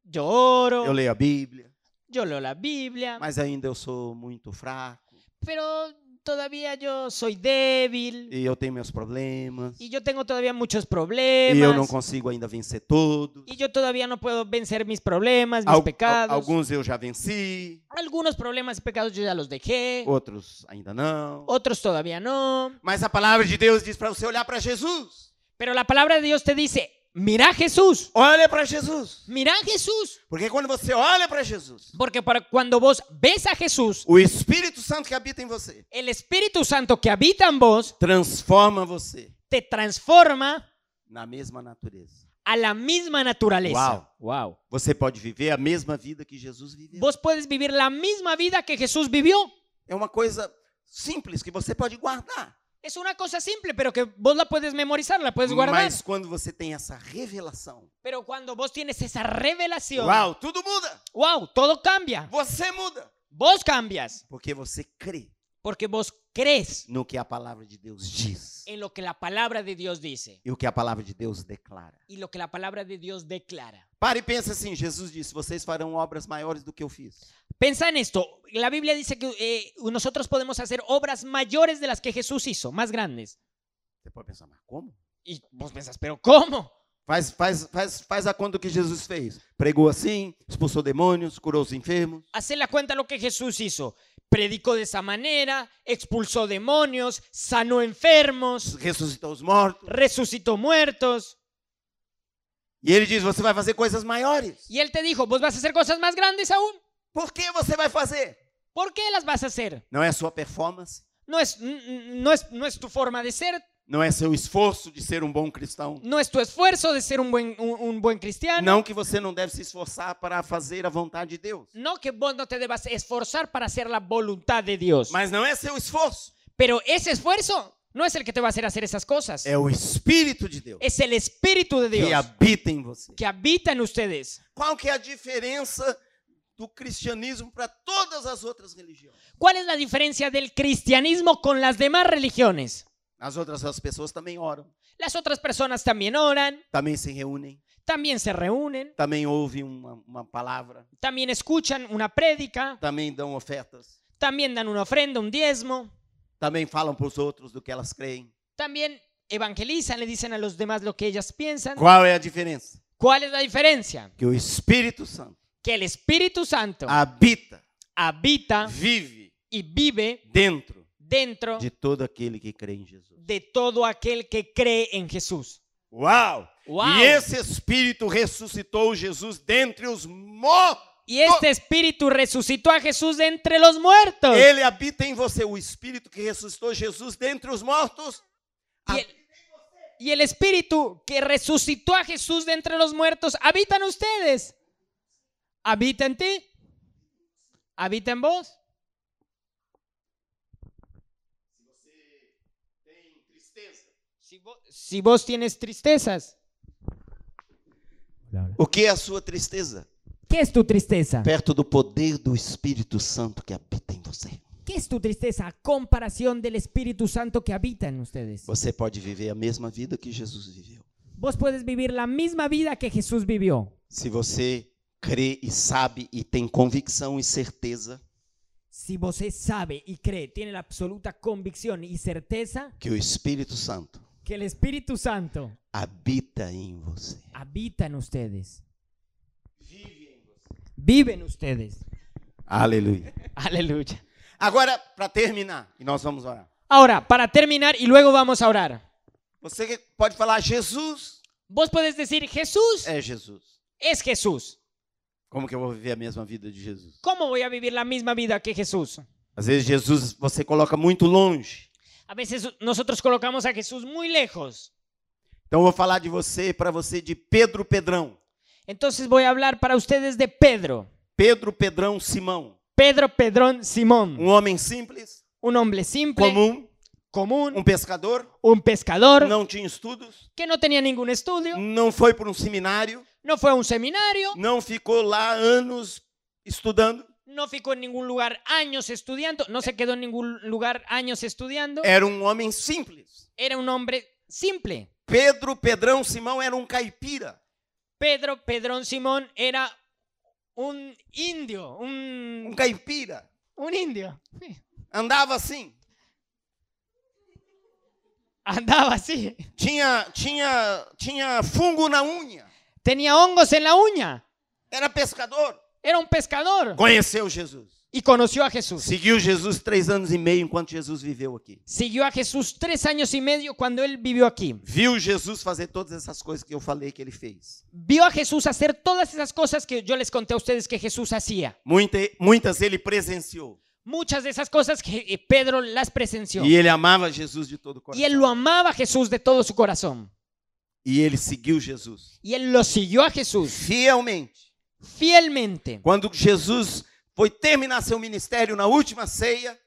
[SPEAKER 2] yo
[SPEAKER 1] eu
[SPEAKER 2] oro,
[SPEAKER 1] leio a Bíblia,
[SPEAKER 2] yo leo la Biblia,
[SPEAKER 1] mas ainda eu sou muito fraco
[SPEAKER 2] pero todavía yo soy débil
[SPEAKER 1] e eu tenho meus problemas
[SPEAKER 2] y yo tengo todavía muchos
[SPEAKER 1] e eu não
[SPEAKER 2] problemas
[SPEAKER 1] consigo ainda vencer todos.
[SPEAKER 2] y yo todavía no puedo vencer mis problemas, mis
[SPEAKER 1] Al- al-
[SPEAKER 2] pecados.
[SPEAKER 1] alguns eu já venci,
[SPEAKER 2] Algunos problemas y pecados yo ya los dejé,
[SPEAKER 1] outros ainda não.
[SPEAKER 2] otros todavía no.
[SPEAKER 1] Mas a palavra de Deus diz para você olhar para Jesus.
[SPEAKER 2] Pero la palabra de Dios te dice, mira a Jesús,
[SPEAKER 1] Olha para Jesus.
[SPEAKER 2] mira a Jesús.
[SPEAKER 1] Porque quando você olha para Jesus,
[SPEAKER 2] Porque para cuando vos ves a Jesús,
[SPEAKER 1] o Espírito Santo que habita em você
[SPEAKER 2] el Espíritu Santo que habita en vos
[SPEAKER 1] transforma você
[SPEAKER 2] te transforma
[SPEAKER 1] na mesma natureza.
[SPEAKER 2] a la misma naturaleza. wow.
[SPEAKER 1] Você pode viver a mesma vida que Jesus viveu.
[SPEAKER 2] Vos puedes vivir la misma vida que Jesús vivió.
[SPEAKER 1] É uma coisa simples que você pode guardar.
[SPEAKER 2] Es una cosa simple, pero que vos la puedes memorizar, la puedes guardar.
[SPEAKER 1] Mas quando você tem essa revelação,
[SPEAKER 2] Pero cuando vos tienes esa revelación,
[SPEAKER 1] uau, tudo muda.
[SPEAKER 2] wow, todo cambia.
[SPEAKER 1] Você muda.
[SPEAKER 2] Vos cambias
[SPEAKER 1] Porque você crê
[SPEAKER 2] porque vos crees
[SPEAKER 1] no que a palavra de Deus diz
[SPEAKER 2] en lo que la palabra de Dios dice
[SPEAKER 1] e o que a palavra de Deus declara.
[SPEAKER 2] y lo que la palabra de Dios declara.
[SPEAKER 1] Para e pensa assim: Jesus disse, vocês farão obras maiores do que eu fiz.
[SPEAKER 2] Pensa en esto. La Biblia dice que eh, nosotros podemos hacer obras mayores de las que Jesús hizo, más grandes.
[SPEAKER 1] Você pode pensar, mas como?
[SPEAKER 2] Y vos pensás, pero ¿cómo?
[SPEAKER 1] Faz, faz, faz, faz a conta do que Jesus fez. Pregou assim, expulsou demônios, curou os enfermos.
[SPEAKER 2] Hacé la cuenta lo que Jesús hizo. Predicó de esa manera, expulsó demonios, sanó enfermos,
[SPEAKER 1] ressuscitou os mortos.
[SPEAKER 2] resucitó muertos.
[SPEAKER 1] E ele diz: Você vai fazer coisas maiores.
[SPEAKER 2] Y él te dijo, vos vas a hacer cosas más grandes aún.
[SPEAKER 1] Por que você vai fazer?
[SPEAKER 2] ¿Por qué las vas a hacer?
[SPEAKER 1] Não é sua performance,
[SPEAKER 2] No es, n- n- no es, no es tu forma de ser,
[SPEAKER 1] não é seu esforço de ser um bom cristão.
[SPEAKER 2] no es tu esfuerzo de ser un buen, un, un buen cristiano.
[SPEAKER 1] Não que você não deve se esforçar para fazer a vontade de Deus.
[SPEAKER 2] No. que vos no te debas esforzar para hacer la voluntad de Dios.
[SPEAKER 1] Mas não é seu esforço,
[SPEAKER 2] Pero ese esfuerzo no es el que te va a hacer hacer esas cosas.
[SPEAKER 1] é o Espírito de Deus
[SPEAKER 2] Es el Espíritu de
[SPEAKER 1] que
[SPEAKER 2] Dios
[SPEAKER 1] habita em você.
[SPEAKER 2] que habita en ustedes.
[SPEAKER 1] Qual que é a diferença do cristianismo para todas as outras religiões?
[SPEAKER 2] ¿Cuál es la diferencia del cristianismo con las demás religiones?
[SPEAKER 1] As outras as pessoas também oram,
[SPEAKER 2] Las otras personas también oran,
[SPEAKER 1] também se reúnem,
[SPEAKER 2] también se reúnen,
[SPEAKER 1] também ouvem uma, uma palavra,
[SPEAKER 2] también escuchan una prédica,
[SPEAKER 1] também dão ofertas,
[SPEAKER 2] también dan una ofrenda, un diezmo,
[SPEAKER 1] também falam para os outros do que elas creem.
[SPEAKER 2] también evangelizan, le dicen a los demás lo que ellas piensan.
[SPEAKER 1] Qual é a diferença?
[SPEAKER 2] ¿Cuál es la diferencia?
[SPEAKER 1] Que o Espírito Santo
[SPEAKER 2] Que el Espíritu Santo
[SPEAKER 1] Ah. habita,
[SPEAKER 2] habita
[SPEAKER 1] vive
[SPEAKER 2] y vive
[SPEAKER 1] dentro
[SPEAKER 2] dentro
[SPEAKER 1] de todo aquele que crê em Jesus.
[SPEAKER 2] de todo aquel que cree en Jesús.
[SPEAKER 1] Uau!
[SPEAKER 2] Uau!
[SPEAKER 1] E esse Espírito ressuscitou Jesus dentre os mortos.
[SPEAKER 2] Y este Espíritu resucitó a Jesús de entre los muertos.
[SPEAKER 1] Ele habita em você, o Espírito que ressuscitou Jesus dentre os mortos.
[SPEAKER 2] Y el, y el espíritu que resucitó a Jesús de entre los muertos habita en ustedes. Habita en ti. Habita en vos. Si vo- si vos tienes tristezas,
[SPEAKER 1] O que é a sua tristeza?
[SPEAKER 2] ¿qué es tu tristeza?
[SPEAKER 1] Perto do poder do Espírito Santo que habita em você.
[SPEAKER 2] ¿Qué es tu tristeza a comparación del Espíritu Santo que habita en ustedes?
[SPEAKER 1] Você pode viver a mesma vida que Jesus viveu.
[SPEAKER 2] Vos puedes vivir la misma vida que Jesús vivió.
[SPEAKER 1] Se você crê e sabe e tem convicção e certeza
[SPEAKER 2] Si vos sabe y cree, tiene la absoluta convicción y certeza
[SPEAKER 1] que o Espírito Santo
[SPEAKER 2] que el Espíritu Santo
[SPEAKER 1] habita em você.
[SPEAKER 2] habita en ustedes. Vive en ustedes.
[SPEAKER 1] Aleluia.
[SPEAKER 2] Aleluya.
[SPEAKER 1] Agora, para terminar, e nós vamos orar.
[SPEAKER 2] Ahora, para terminar y luego vamos a orar.
[SPEAKER 1] Você que pode falar Jesus
[SPEAKER 2] Vos podés decir, Jesús
[SPEAKER 1] é Jesus.
[SPEAKER 2] es Jesús.
[SPEAKER 1] Como que eu vou viver a mesma vida de Jesus?
[SPEAKER 2] ¿Cómo voy a vivir la misma vida que Jesús?
[SPEAKER 1] Às vezes Jesus você coloca muito longe.
[SPEAKER 2] A veces nosotros colocamos a Jesús muy lejos.
[SPEAKER 1] Então eu vou falar de você para você de Pedro Pedrão.
[SPEAKER 2] Entonces voy a hablar para ustedes de Pedro.
[SPEAKER 1] Pedro Pedrão Simão,
[SPEAKER 2] Pedro Pedrón Simón.
[SPEAKER 1] um homem simples,
[SPEAKER 2] Un hombre simple,
[SPEAKER 1] comum,
[SPEAKER 2] común,
[SPEAKER 1] um pescador,
[SPEAKER 2] un pescador
[SPEAKER 1] não tinha estudos,
[SPEAKER 2] que no tenía ningún estudio,
[SPEAKER 1] não foi para um seminário,
[SPEAKER 2] no fue a un seminario,
[SPEAKER 1] não ficou lá anos estudando.
[SPEAKER 2] no ficó en ningún lugar años estudiando, no se quedó en ningún lugar años estudiando.
[SPEAKER 1] Era um homem simples.
[SPEAKER 2] Era un hombre simple.
[SPEAKER 1] Pedro Pedrão Simão era um caipira.
[SPEAKER 2] Pedro Pedrón Simón era un indio, un,
[SPEAKER 1] um caipira,
[SPEAKER 2] un indio.
[SPEAKER 1] andava assim.
[SPEAKER 2] Andaba así.
[SPEAKER 1] Tinha, tinha, tinha fungo na unha.
[SPEAKER 2] Tenía hongos en la uña.
[SPEAKER 1] Era pescador.
[SPEAKER 2] Era un pescador.
[SPEAKER 1] Conheceu Jesus.
[SPEAKER 2] Y conoció a Jesús.
[SPEAKER 1] Seguiu Jesus três anos e meio enquanto Jesus viveu aqui.
[SPEAKER 2] Siguió a Jesús tres años y medio cuando él vivió aquí.
[SPEAKER 1] Viu Jesus fazer todas essas coisas que eu falei que ele fez.
[SPEAKER 2] Vio a Jesús hacer todas esas cosas que yo les conté a ustedes que Jesús hacía.
[SPEAKER 1] Muita, muitas ele presenciou.
[SPEAKER 2] Muchas de esas cosas que eh, Pedro las presenció.
[SPEAKER 1] E ele amava Jesus de todo o coração.
[SPEAKER 2] Y él lo amaba a Jesús de todo su corazón.
[SPEAKER 1] E ele seguiu Jesus
[SPEAKER 2] Y él lo siguió a Jesús
[SPEAKER 1] fielmente.
[SPEAKER 2] fielmente.
[SPEAKER 1] Quando Jesus foi terminar seu ministério na última ceia,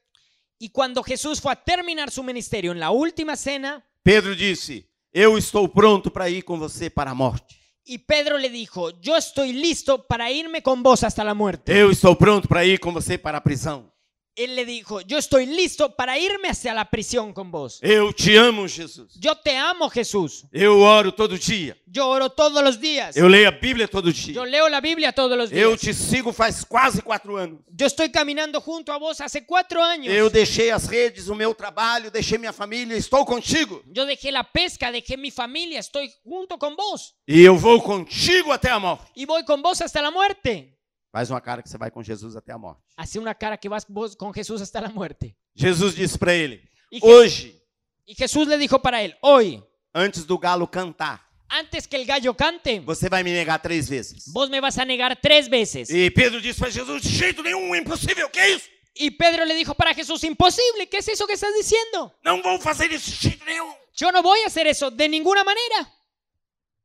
[SPEAKER 2] Y cuando Jesús fue a terminar su ministerio en la última cena,
[SPEAKER 1] Pedro disse: Eu estou pronto para ir com você para a morte.
[SPEAKER 2] y Pedro le dijo, yo estoy listo para irme con vos hasta la muerte.
[SPEAKER 1] Eu estou pronto para ir com você para a prisão.
[SPEAKER 2] Él le dijo, yo estoy listo para irme hacia la prisión con vos.
[SPEAKER 1] Eu te amo, Jesus.
[SPEAKER 2] Yo te amo, Jesús.
[SPEAKER 1] Eu oro todo dia.
[SPEAKER 2] Yo oro todos los días.
[SPEAKER 1] Eu leio a Bíblia todo dia.
[SPEAKER 2] Yo leo la Biblia todos los días.
[SPEAKER 1] Eu te sigo faz quase quatro anos.
[SPEAKER 2] Yo estoy caminando junto a vos hace cuatro años.
[SPEAKER 1] Eu deixei as redes, o meu trabalho, deixei minha família, estou contigo.
[SPEAKER 2] Yo dejé la pesca, dejé mi familia, estoy junto con vos.
[SPEAKER 1] E eu vou contigo até a morte.
[SPEAKER 2] Y voy con vos hasta la muerte.
[SPEAKER 1] Faz uma cara que você vai com Jesus até a morte.
[SPEAKER 2] Hace una cara que vas vos con Jesús hasta la muerte.
[SPEAKER 1] Jesus disse para ele:
[SPEAKER 2] Y, Je-
[SPEAKER 1] Hoje,
[SPEAKER 2] y Jesús le dijo para él, hoy,
[SPEAKER 1] antes do galo cantar,
[SPEAKER 2] antes que el gallo cante,
[SPEAKER 1] você vai me negar três vezes.
[SPEAKER 2] vos me vas a negar tres veces.
[SPEAKER 1] E Pedro disse para Jesus: De jeito nenhum, impossível, que isso?
[SPEAKER 2] Y Pedro le dijo para Jesús, imposible, ¿qué es eso que estás diciendo?
[SPEAKER 1] Não vou fazer isso de jeito nenhum.
[SPEAKER 2] Yo no voy a hacer eso de ninguna manera.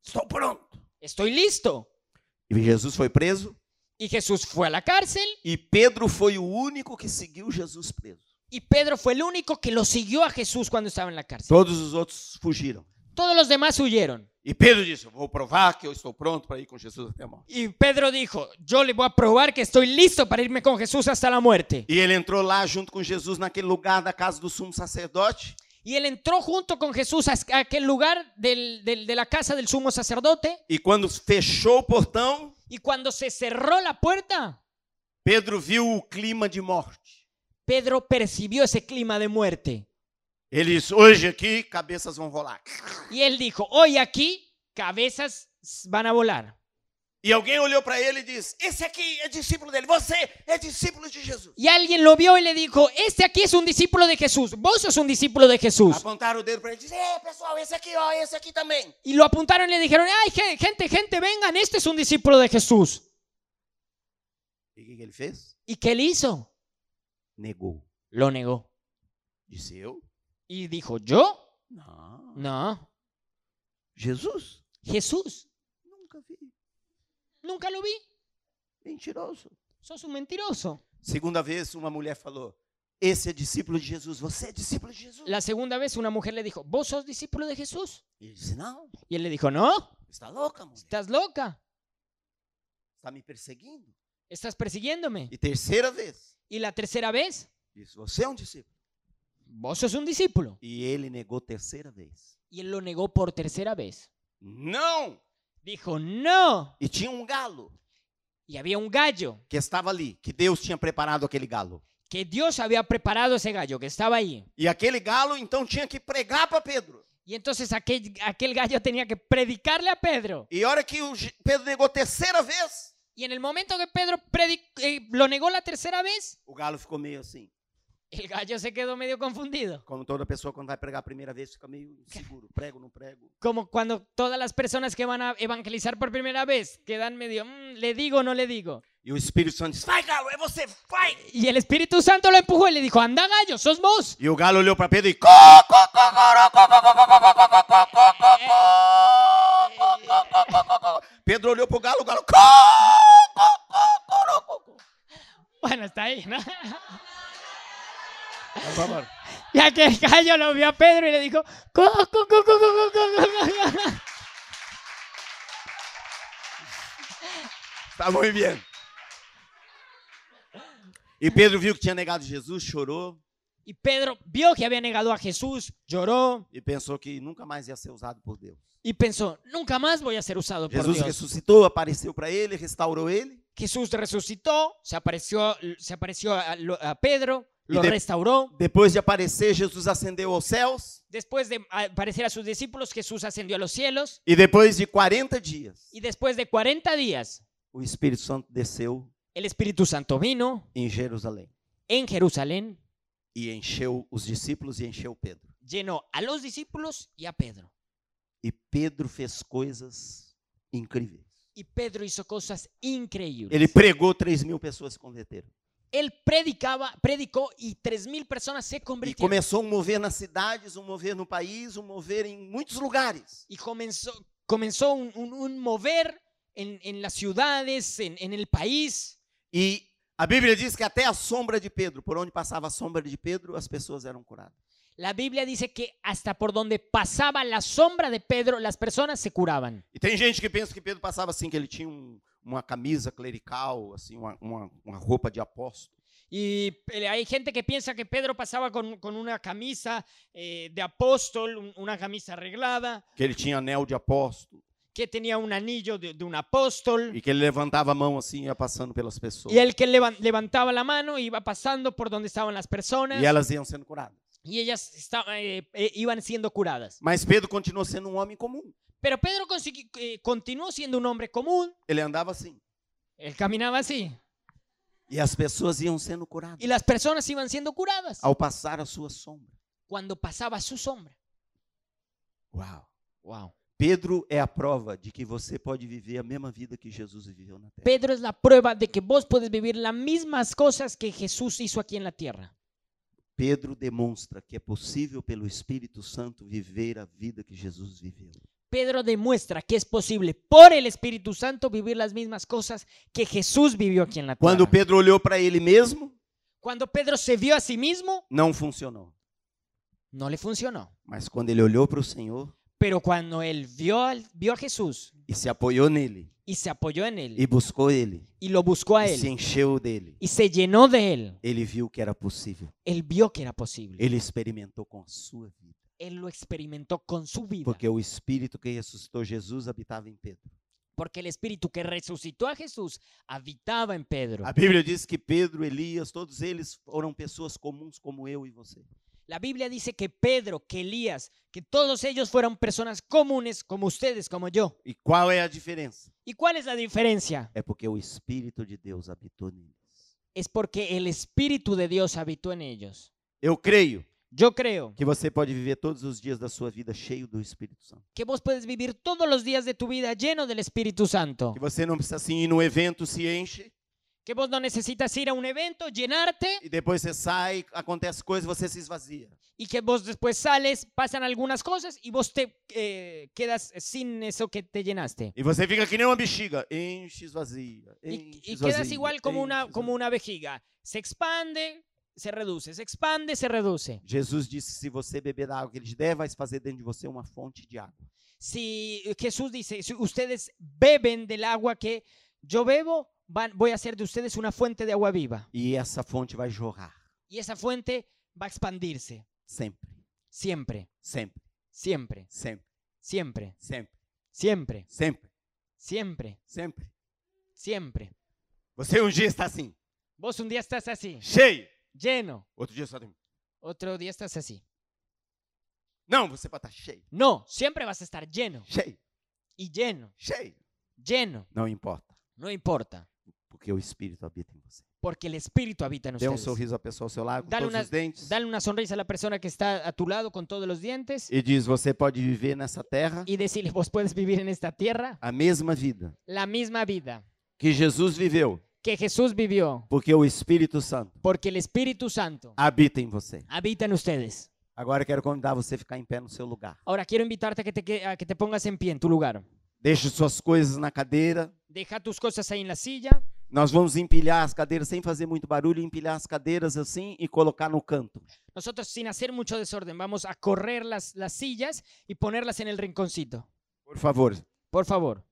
[SPEAKER 1] Estou pronto.
[SPEAKER 2] Estoy listo.
[SPEAKER 1] E Jesus foi preso.
[SPEAKER 2] Y Jesús fue a la cárcel
[SPEAKER 1] E Pedro foi o único que seguiu Jesus preso.
[SPEAKER 2] y Pedro fue el único que lo siguió a Jesús cuando estaba en la cárcel.
[SPEAKER 1] Todos os outros fugiram.
[SPEAKER 2] Todos los demás huyeron.
[SPEAKER 1] E Pedro disse: "Eu Vou provar que eu estou pronto para ir com Jesus até a morte.
[SPEAKER 2] Y Pedro dijo, yo le voy a probar que estoy listo para irme con Jesús hasta la muerte.
[SPEAKER 1] E ele entrou lá junto com Jesus naquele lugar da casa do sumo sacerdote.
[SPEAKER 2] Y él entró junto con Jesús a a aquel lugar del- del- de la casa del sumo sacerdote
[SPEAKER 1] E quando fechou o portão,
[SPEAKER 2] y cuando se cerró la puerta,
[SPEAKER 1] Pedro viu o clima de morte.
[SPEAKER 2] Pedro percibió ese clima de muerte.
[SPEAKER 1] Ele disse: Hoje aqui cabeças vão rolar.
[SPEAKER 2] Y él dijo, hoy aquí cabezas van a volar.
[SPEAKER 1] E alguém olhou para ele e disse: Esse aqui é discípulo dele. Você é discípulo de Jesus.
[SPEAKER 2] Y alguien lo vio y le dijo, este aquí es un discípulo de Jesús, vos sos un discípulo de Jesús.
[SPEAKER 1] Apontaram o dedo para ele e disse: É, pessoal, esse aqui, ó, esse aqui também.
[SPEAKER 2] Y lo apuntaron y le dijeron, ay, gen- gente, gente, vengan, este es un discípulo de Jesús.
[SPEAKER 1] E o que que ele fez?
[SPEAKER 2] ¿Y qué él hizo?
[SPEAKER 1] Negou.
[SPEAKER 2] Lo negó.
[SPEAKER 1] Disse eu?
[SPEAKER 2] Y dijo, ¿yo?
[SPEAKER 1] Não.
[SPEAKER 2] No.
[SPEAKER 1] Jesus?
[SPEAKER 2] Jesús,
[SPEAKER 1] Nunca vi.
[SPEAKER 2] nunca lo vi.
[SPEAKER 1] Mentiroso.
[SPEAKER 2] Sos un mentiroso.
[SPEAKER 1] Segunda vez, uma mulher falou: Esse é discípulo de Jesus. Você é discípulo de Jesus?
[SPEAKER 2] La segunda vez una mujer le dijo, ¿vos sos discípulo de Jesús?
[SPEAKER 1] Ele disse: Não,
[SPEAKER 2] Y él le dijo, no,
[SPEAKER 1] está louca, mulher.
[SPEAKER 2] estás loca,
[SPEAKER 1] Está me perseguindo.
[SPEAKER 2] estás persiguiéndome.
[SPEAKER 1] E terceira vez,
[SPEAKER 2] Y la tercera vez,
[SPEAKER 1] disse: Você é um discípulo.
[SPEAKER 2] vos sos un discípulo.
[SPEAKER 1] E ele negou terceira vez.
[SPEAKER 2] Y él lo negó por tercera vez.
[SPEAKER 1] Não!
[SPEAKER 2] Dijo, no.
[SPEAKER 1] E tinha um galo
[SPEAKER 2] Y había un gallo,
[SPEAKER 1] que estava ali, que Deus tinha preparado aquele galo.
[SPEAKER 2] que Dios había preparado ese gallo, que estaba ahí.
[SPEAKER 1] E aquele galo então tinha que pregar para Pedro.
[SPEAKER 2] Y entonces aquel, aquel gallo tenía que predicarle a Pedro.
[SPEAKER 1] E a hora que o Je- Pedro negou terceira vez,
[SPEAKER 2] Y en el momento que Pedro predi- eh, lo negó la tercera vez,
[SPEAKER 1] o galo ficou meio assim.
[SPEAKER 2] el gallo se quedó medio confundido.
[SPEAKER 1] Como toda pessoa quando vai pregar a primeira vez fica meio inseguro. Prego, não prego.
[SPEAKER 2] Como cuando todas las personas que van a evangelizar por primera vez quedan medio, "Mm, le digo o no le digo.
[SPEAKER 1] E o Espírito Santo disse: Vai, galo, é você, vai!
[SPEAKER 2] Y el Espíritu Santo lo empujó y le dijo, anda gallo, sos vos.
[SPEAKER 1] E o galo olhou para Pedro e. Pedro olhou pro galo, o galo.
[SPEAKER 2] Bueno, está ahí, ¿no? Y aquel gallo lo vio a Pedro y le dijo, "Co, co, co, co, co, co, co, co, co".
[SPEAKER 1] Tá muito bem. E Pedro viu que tinha negado Jesus, chorou
[SPEAKER 2] Y Pedro vio que había negado a Jesús, lloró
[SPEAKER 1] e pensou que nunca mais ia ser usado por Deus.
[SPEAKER 2] y pensó, nunca más voy a ser usado por
[SPEAKER 1] Jesus
[SPEAKER 2] Dios.
[SPEAKER 1] ressuscitou, apareceu para ele, restaurou ele.
[SPEAKER 2] Jesús resucitó, se apareció, se apareció a, lo- a Pedro,
[SPEAKER 1] Y
[SPEAKER 2] lo
[SPEAKER 1] de-
[SPEAKER 2] restauró.
[SPEAKER 1] Depois de aparecer, Jesus ascendeu aos céus.
[SPEAKER 2] Después de aparecer a sus discípulos, Jesús ascendió a los cielos.
[SPEAKER 1] E depois de 40 dias,
[SPEAKER 2] Y después de 40 días,
[SPEAKER 1] o Espírito Santo desceu
[SPEAKER 2] el Espíritu Santo vino
[SPEAKER 1] em Jerusalém
[SPEAKER 2] en Jerusalén,
[SPEAKER 1] e encheu os discípulos e encheu Pedro.
[SPEAKER 2] llenó a los discípulos y a Pedro.
[SPEAKER 1] E Pedro fez coisas incríveis.
[SPEAKER 2] Y Pedro hizo cosas increíbles.
[SPEAKER 1] Ele pregou, 3 mil pessoas se converteram.
[SPEAKER 2] Él predicaba, predicó y 3.000 personas se
[SPEAKER 1] E
[SPEAKER 2] convirtieron.
[SPEAKER 1] começou um mover nas cidades, um mover no país, um mover em muitos lugares.
[SPEAKER 2] y comenzó, comenzó un, un- un mover en, en las ciudades, en, en el país.
[SPEAKER 1] E a Bíblia diz que até a sombra de Pedro, por onde passava a sombra de Pedro, as pessoas eram curadas.
[SPEAKER 2] La Biblia dice que hasta por donde pasaba la sombra de Pedro, las personas se curaban.
[SPEAKER 1] E tem gente que pensa que Pedro passava assim, que ele tinha um- uma camisa clerical, assim, uma, uma- uma roupa de apóstolo.
[SPEAKER 2] Y eh, hay gente que piensa que Pedro pasaba con, con una camisa eh, de apóstol, un- una camisa arreglada,
[SPEAKER 1] Que ele tinha anel de apóstolo.
[SPEAKER 2] que tenía un anillo de, de un apóstol.
[SPEAKER 1] E que ele levantava a mão assim e ia passando pelas pessoas.
[SPEAKER 2] Y el que levan- levantaba la mano iba pasando por donde estaban las personas
[SPEAKER 1] E elas iam sendo curadas.
[SPEAKER 2] y ellas esta- eh, eh, iban siendo curadas.
[SPEAKER 1] Mas Pedro continuou sendo um homem comum.
[SPEAKER 2] Pero Pedro consegui- eh, continuó siendo un hombre común,
[SPEAKER 1] Ele andava assim.
[SPEAKER 2] él caminaba así,
[SPEAKER 1] E as pessoas iam sendo curadas.
[SPEAKER 2] y las personas iban siendo curadas
[SPEAKER 1] Ao passar a sua sombra.
[SPEAKER 2] cuando pasaba su sombra.
[SPEAKER 1] Uau.
[SPEAKER 2] Wow.
[SPEAKER 1] Pedro é a prova de que você pode viver a mesma vida que Jesus viveu na terra.
[SPEAKER 2] Pedro es la prueba de que vos puedes vivir las mismas cosas que Jesús hizo aquí en la tierra.
[SPEAKER 1] Pedro demonstra que é possível pelo Espírito Santo viver a vida que Jesus viveu.
[SPEAKER 2] Pedro demuestra que es posible por el Espíritu Santo vivir las mismas cosas que Jesús vivió aquí en la tierra.
[SPEAKER 1] Quando Pedro olhou para ele mesmo,
[SPEAKER 2] Cuando Pedro se vio a sí mismo,
[SPEAKER 1] não funcionou.
[SPEAKER 2] no le funcionó.
[SPEAKER 1] Mas quando ele olhou para o Senhor
[SPEAKER 2] Pero cuando él vio, al- vio a Jesús
[SPEAKER 1] e se apoiou nele
[SPEAKER 2] y se apoyó en él
[SPEAKER 1] e buscou ele
[SPEAKER 2] y lo buscó a
[SPEAKER 1] e se
[SPEAKER 2] él
[SPEAKER 1] encheu dele,
[SPEAKER 2] y se llenó de él,
[SPEAKER 1] ele viu que era possível.
[SPEAKER 2] él vio que era posible.
[SPEAKER 1] Ele experimentou com a sua vida.
[SPEAKER 2] Él lo experimentó con su vida.
[SPEAKER 1] Porque o Espírito que ressuscitou Jesus habitava em Pedro.
[SPEAKER 2] Porque el espíritu que resucitó a Jesús habitaba en Pedro.
[SPEAKER 1] A Bíblia diz que Pedro, Elias, todos eles foram pessoas comuns como eu e você.
[SPEAKER 2] La Biblia dice que Pedro, que Elías, que todos ellos fueron personas comunes como ustedes, como yo.
[SPEAKER 1] E qual é a diferença?
[SPEAKER 2] ¿Y cuál es la diferencia?
[SPEAKER 1] É porque o Espírito de Deus habitou neles.
[SPEAKER 2] Es porque el espíritu de Dios habitó en ellos.
[SPEAKER 1] Eu creio
[SPEAKER 2] Yo creo
[SPEAKER 1] que você pode viver todos os dias da sua vida cheio do Espírito Santo.
[SPEAKER 2] que vos puedes vivir todos los días de tu vida lleno del Espíritu Santo.
[SPEAKER 1] Que você não precisa assim ir num evento, se enche,
[SPEAKER 2] Que vos no necesitas ir a un evento, llenarte
[SPEAKER 1] e depois você sai, acontece coisa, você se esvazia.
[SPEAKER 2] y que vos después sales, pasan algunas cosas y vos te eh, quedas sin eso que te llenaste.
[SPEAKER 1] E você fica que nem uma bexiga, enche, esvazia, enche,
[SPEAKER 2] Y, y
[SPEAKER 1] esvazia,
[SPEAKER 2] quedas igual como una,
[SPEAKER 1] enche,
[SPEAKER 2] como una vejiga. Se expande, se reduce, se expande, se reduce.
[SPEAKER 1] Jesus disse que se você beber da água que ele te der, vai se fazer dentro de você uma fonte de água.
[SPEAKER 2] Si eh, Jesús dice, si ustedes beben del agua que yo bebo, van- voy a hacer de ustedes una fuente de agua viva.
[SPEAKER 1] E essa fonte vai jorrar.
[SPEAKER 2] Y esa fuente va a expandirse.
[SPEAKER 1] Sempre,
[SPEAKER 2] Siempre,
[SPEAKER 1] sempre,
[SPEAKER 2] siempre,
[SPEAKER 1] sempre,
[SPEAKER 2] siempre,
[SPEAKER 1] sempre,
[SPEAKER 2] siempre,
[SPEAKER 1] sempre,
[SPEAKER 2] siempre,
[SPEAKER 1] sempre.
[SPEAKER 2] siempre.
[SPEAKER 1] Você um dia está assim,
[SPEAKER 2] Vos un día estás así,
[SPEAKER 1] cheio.
[SPEAKER 2] lleno.
[SPEAKER 1] Outro dia assim, só tem.
[SPEAKER 2] Otro día estás así.
[SPEAKER 1] Não, você pode estar cheio,
[SPEAKER 2] No, siempre vas a estar lleno
[SPEAKER 1] cheio,
[SPEAKER 2] y lleno,
[SPEAKER 1] cheio.
[SPEAKER 2] lleno.
[SPEAKER 1] Não importa,
[SPEAKER 2] No importa,
[SPEAKER 1] porque o Espírito habita em você.
[SPEAKER 2] porque el Espíritu habita en
[SPEAKER 1] Dê um
[SPEAKER 2] ustedes.
[SPEAKER 1] sorriso à pessoa ao seu lado, com
[SPEAKER 2] Dá-lhe
[SPEAKER 1] todos
[SPEAKER 2] uma-
[SPEAKER 1] os dentes.
[SPEAKER 2] Dale una sonrisa a la persona que está a tu lado con todos los dientes
[SPEAKER 1] E diz, você pode viver nessa terra
[SPEAKER 2] y decirle, vos puedes vivir en esta tierra
[SPEAKER 1] a mesma vida
[SPEAKER 2] la misma vida
[SPEAKER 1] que Jesus viveu,
[SPEAKER 2] que Jesús vivió,
[SPEAKER 1] porque o Espírito Santo
[SPEAKER 2] porque el Espíritu Santo
[SPEAKER 1] habita em você.
[SPEAKER 2] habita en ustedes.
[SPEAKER 1] Agora eu quero convidar você a ficar em pé no seu lugar.
[SPEAKER 2] Ahora quiero invitarte a que te, que- a que te pongas en pie en tu lugar.
[SPEAKER 1] Deixe suas coisas na cadeira.
[SPEAKER 2] Deja tus cosas ahí en la silla.
[SPEAKER 1] Nós vamos empilhar as cadeiras sem fazer muito barulho, empilhar as cadeiras assim e colocar no canto.
[SPEAKER 2] Nosotros sin hacer mucho desorden vamos a correr las, las sillas y ponerlas en el rinconcito.
[SPEAKER 1] Por favor.
[SPEAKER 2] Por favor.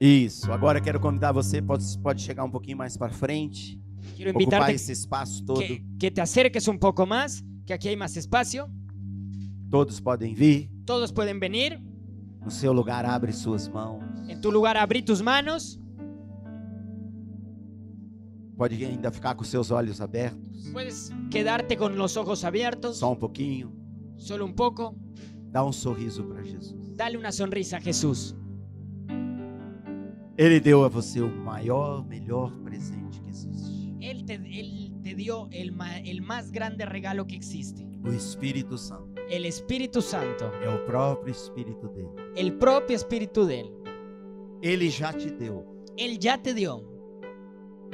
[SPEAKER 1] Isso. Agora quero convidar você, pode, pode chegar um pouquinho mais para frente,
[SPEAKER 2] Quiero
[SPEAKER 1] ocupar
[SPEAKER 2] invitarte
[SPEAKER 1] esse espaço todo.
[SPEAKER 2] que, que te acerques un poco más, que aquí hay más espacio.
[SPEAKER 1] Todos podem vir.
[SPEAKER 2] Todos pueden venir.
[SPEAKER 1] No seu lugar, abre suas mãos.
[SPEAKER 2] En tu lugar abrí tus manos.
[SPEAKER 1] Pode ainda ficar com seus olhos abertos,
[SPEAKER 2] Puedes quedarte con los ojos abiertos,
[SPEAKER 1] só um pouquinho.
[SPEAKER 2] solo un poco.
[SPEAKER 1] Dá um sorriso para Jesus.
[SPEAKER 2] Dale una sonrisa a Jesús.
[SPEAKER 1] Ele deu a você o maior, melhor presente que existe:
[SPEAKER 2] Él te, Él te dio el, ma- el más grande regalo que existe.
[SPEAKER 1] o Espírito Santo.
[SPEAKER 2] El Espíritu Santo.
[SPEAKER 1] É o próprio Espírito dele.
[SPEAKER 2] El propio Espíritu de Él.
[SPEAKER 1] Ele já te deu.
[SPEAKER 2] Él ya te dio.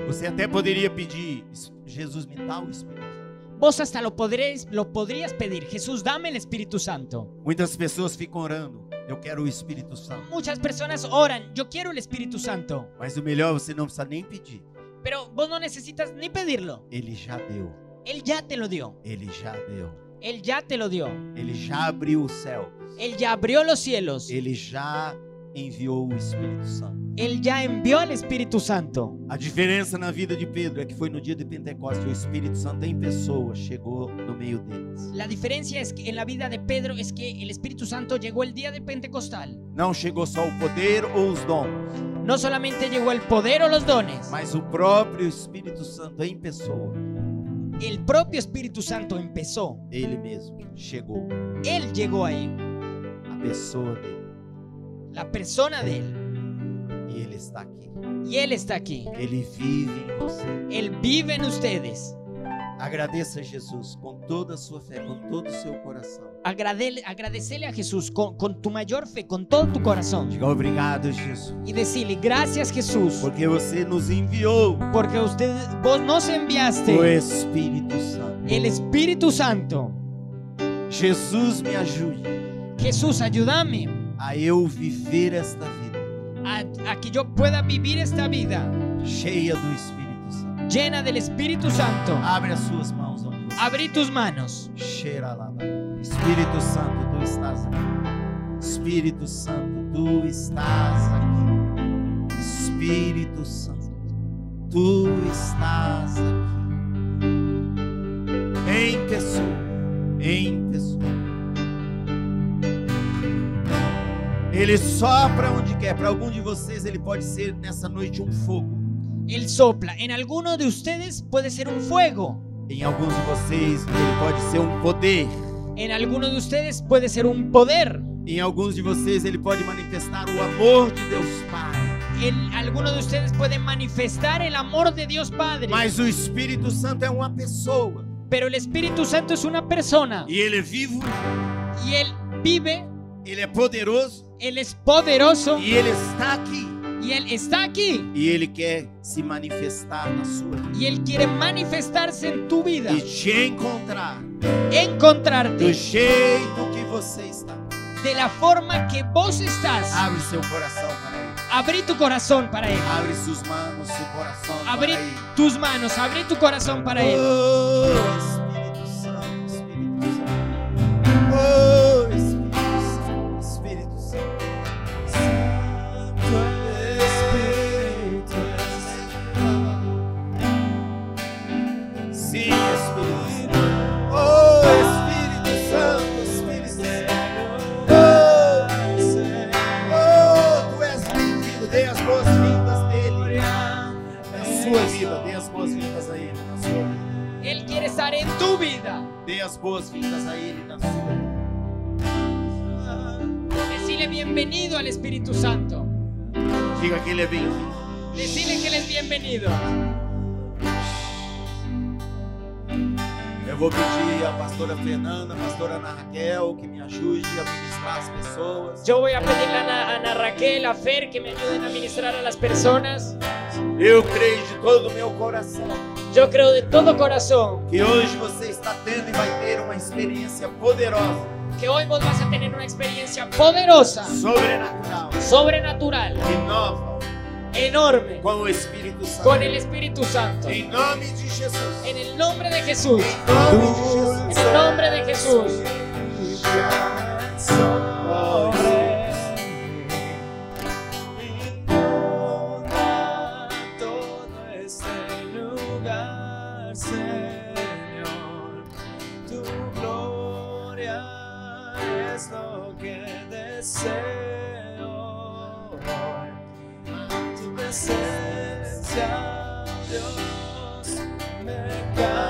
[SPEAKER 1] Você até poderia pedir: "Es- Jesus, me dá o Espírito Santo.
[SPEAKER 2] Vos hasta lo, podréis, lo podrías pedir. Jesús, dame el Espíritu Santo.
[SPEAKER 1] Muitas pessoas ficam orando: Eu quero o Espírito Santo.
[SPEAKER 2] Muchas personas oran, yo quiero el Espíritu Santo.
[SPEAKER 1] Mas o melhor é você não precisa nem pedir.
[SPEAKER 2] Pero vos no necesitas ni pedirlo.
[SPEAKER 1] Ele já deu.
[SPEAKER 2] Él ya te lo dio.
[SPEAKER 1] Ele já deu.
[SPEAKER 2] Él ya te lo dio.
[SPEAKER 1] Ele já abriu o céu.
[SPEAKER 2] Él ya abrió los cielos.
[SPEAKER 1] Ele já enviou o Espírito Santo.
[SPEAKER 2] Él ya envió al Espíritu Santo.
[SPEAKER 1] A diferença na vida de Pedro é que foi no dia de Pentecostes o Espírito Santo em pessoa chegou no meio deles.
[SPEAKER 2] La diferencia es que en la vida de Pedro es que el Espíritu Santo llegó el día de Pentecostal.
[SPEAKER 1] Não chegou só o poder ou os dons,
[SPEAKER 2] No solamente llegó el poder o los dones,
[SPEAKER 1] mas o próprio Espírito Santo em pessoa,
[SPEAKER 2] el propio Espíritu Santo empezó.
[SPEAKER 1] ele mesmo chegou,
[SPEAKER 2] Él llegó ahí,
[SPEAKER 1] a pessoa dele,
[SPEAKER 2] la persona de Él.
[SPEAKER 1] e ele está aqui.
[SPEAKER 2] Y Él está aquí.
[SPEAKER 1] Ele vive em você.
[SPEAKER 2] Él vive en ustedes.
[SPEAKER 1] Agradeça a Jesus com toda a sua fé, com todo o seu coração.
[SPEAKER 2] Agradele- agradecele a Jesús con, con tu mayor fe, con todo tu corazón.
[SPEAKER 1] Diga obrigado, Jesus,
[SPEAKER 2] Y decirle, gracias Jesús,
[SPEAKER 1] porque você nos enviou
[SPEAKER 2] porque usted, vos nos
[SPEAKER 1] o
[SPEAKER 2] enviaste
[SPEAKER 1] Espírito Santo.
[SPEAKER 2] el Espíritu Santo.
[SPEAKER 1] Jesus, me ajude
[SPEAKER 2] Jesús, ayúdame
[SPEAKER 1] a eu viver esta vida
[SPEAKER 2] a, a que yo pueda vivir esta vida
[SPEAKER 1] cheia do Espírito Santo.
[SPEAKER 2] llena del Espíritu Santo.
[SPEAKER 1] Abre as suas mãos onde você
[SPEAKER 2] Abrí tus manos.
[SPEAKER 1] cheira lá. vai. Espírito Santo, tu estás aqui. Espírito Santo, tu estás aqui. Espírito Santo, tu estás aqui. Em pessoa, em pessoa. Ele sopra onde quer. Para algum de vocês, ele pode ser nessa noite um fogo.
[SPEAKER 2] Él sopla. En alguno de ustedes puede ser un fuego.
[SPEAKER 1] Em alguns de vocês, ele pode ser um poder.
[SPEAKER 2] En alguno de ustedes puede ser un poder.
[SPEAKER 1] Em alguns de vocês ele pode manifestar o amor de Deus Pai.
[SPEAKER 2] En alguno de ustedes puede manifestar el amor de Dios Padre.
[SPEAKER 1] Mas o Espírito Santo é uma pessoa
[SPEAKER 2] Pero el Espíritu Santo es una persona.
[SPEAKER 1] e ele é vivo,
[SPEAKER 2] Y Él vive,
[SPEAKER 1] ele é poderoso
[SPEAKER 2] Él es poderoso
[SPEAKER 1] e ele está aqui.
[SPEAKER 2] y Él está aquí.
[SPEAKER 1] E ele quer se manifestar na sua vida
[SPEAKER 2] Y Él quiere manifestarse en tu vida,
[SPEAKER 1] e te encontrar do
[SPEAKER 2] encontrarte
[SPEAKER 1] jeito que você está.
[SPEAKER 2] de la forma que vos estás.
[SPEAKER 1] Abre seu coração para ele.
[SPEAKER 2] Abrí tu corazón para Él.
[SPEAKER 1] Abre suas mãos, seu coração
[SPEAKER 2] Abrir
[SPEAKER 1] para ele.
[SPEAKER 2] tus manos, abrí tu corazón para Él.
[SPEAKER 1] Oh, Espírito Santo, Espírito Santo. Oh, Espírito Santo, Espírito Santo. Santo é, Espírito é. Sim, Espírito Santo. Oh, Espírito Santo, Espírito Santo. Oh, oh, tu és bem-vindo, dê as boas-vindas dele. Na sua vida, dê as boas-vindas a ele na sua vida.
[SPEAKER 2] Él quiere estar en tu vida.
[SPEAKER 1] Dê as boas-vindas a Ele tá na sua vida.
[SPEAKER 2] Decile bienvenido al Espíritu Santo.
[SPEAKER 1] Diga que Ele é bem-vindo.
[SPEAKER 2] Decile que Él es bienvenido.
[SPEAKER 1] Eu vou pedir à pastora Fernanda, à pastora Ana Raquel, que me ajude a ministrar as pessoas.
[SPEAKER 2] Yo voy a pedirle a Ana, a Ana Raquel, a Fer que me ayuden a ministrar a las personas.
[SPEAKER 1] Eu creio de todo o meu coração
[SPEAKER 2] Yo creo de todo corazón
[SPEAKER 1] que hoje você está tendo e vai ter uma experiência poderosa,
[SPEAKER 2] que hoy vos vas a tener una experiencia poderosa,
[SPEAKER 1] sobrenatural,
[SPEAKER 2] sobrenatural,
[SPEAKER 1] e nova,
[SPEAKER 2] enorme,
[SPEAKER 1] com o Espírito Santo.
[SPEAKER 2] con el Espíritu Santo.
[SPEAKER 1] Em nome de Jesus.
[SPEAKER 2] En el nombre de Jesús.
[SPEAKER 1] Em nome de Jesus.
[SPEAKER 2] En el nombre de Jesús.
[SPEAKER 1] Oh,
[SPEAKER 2] gloria es lo que deseo hoy. A tu presencia, Dios, me
[SPEAKER 1] este
[SPEAKER 2] cae.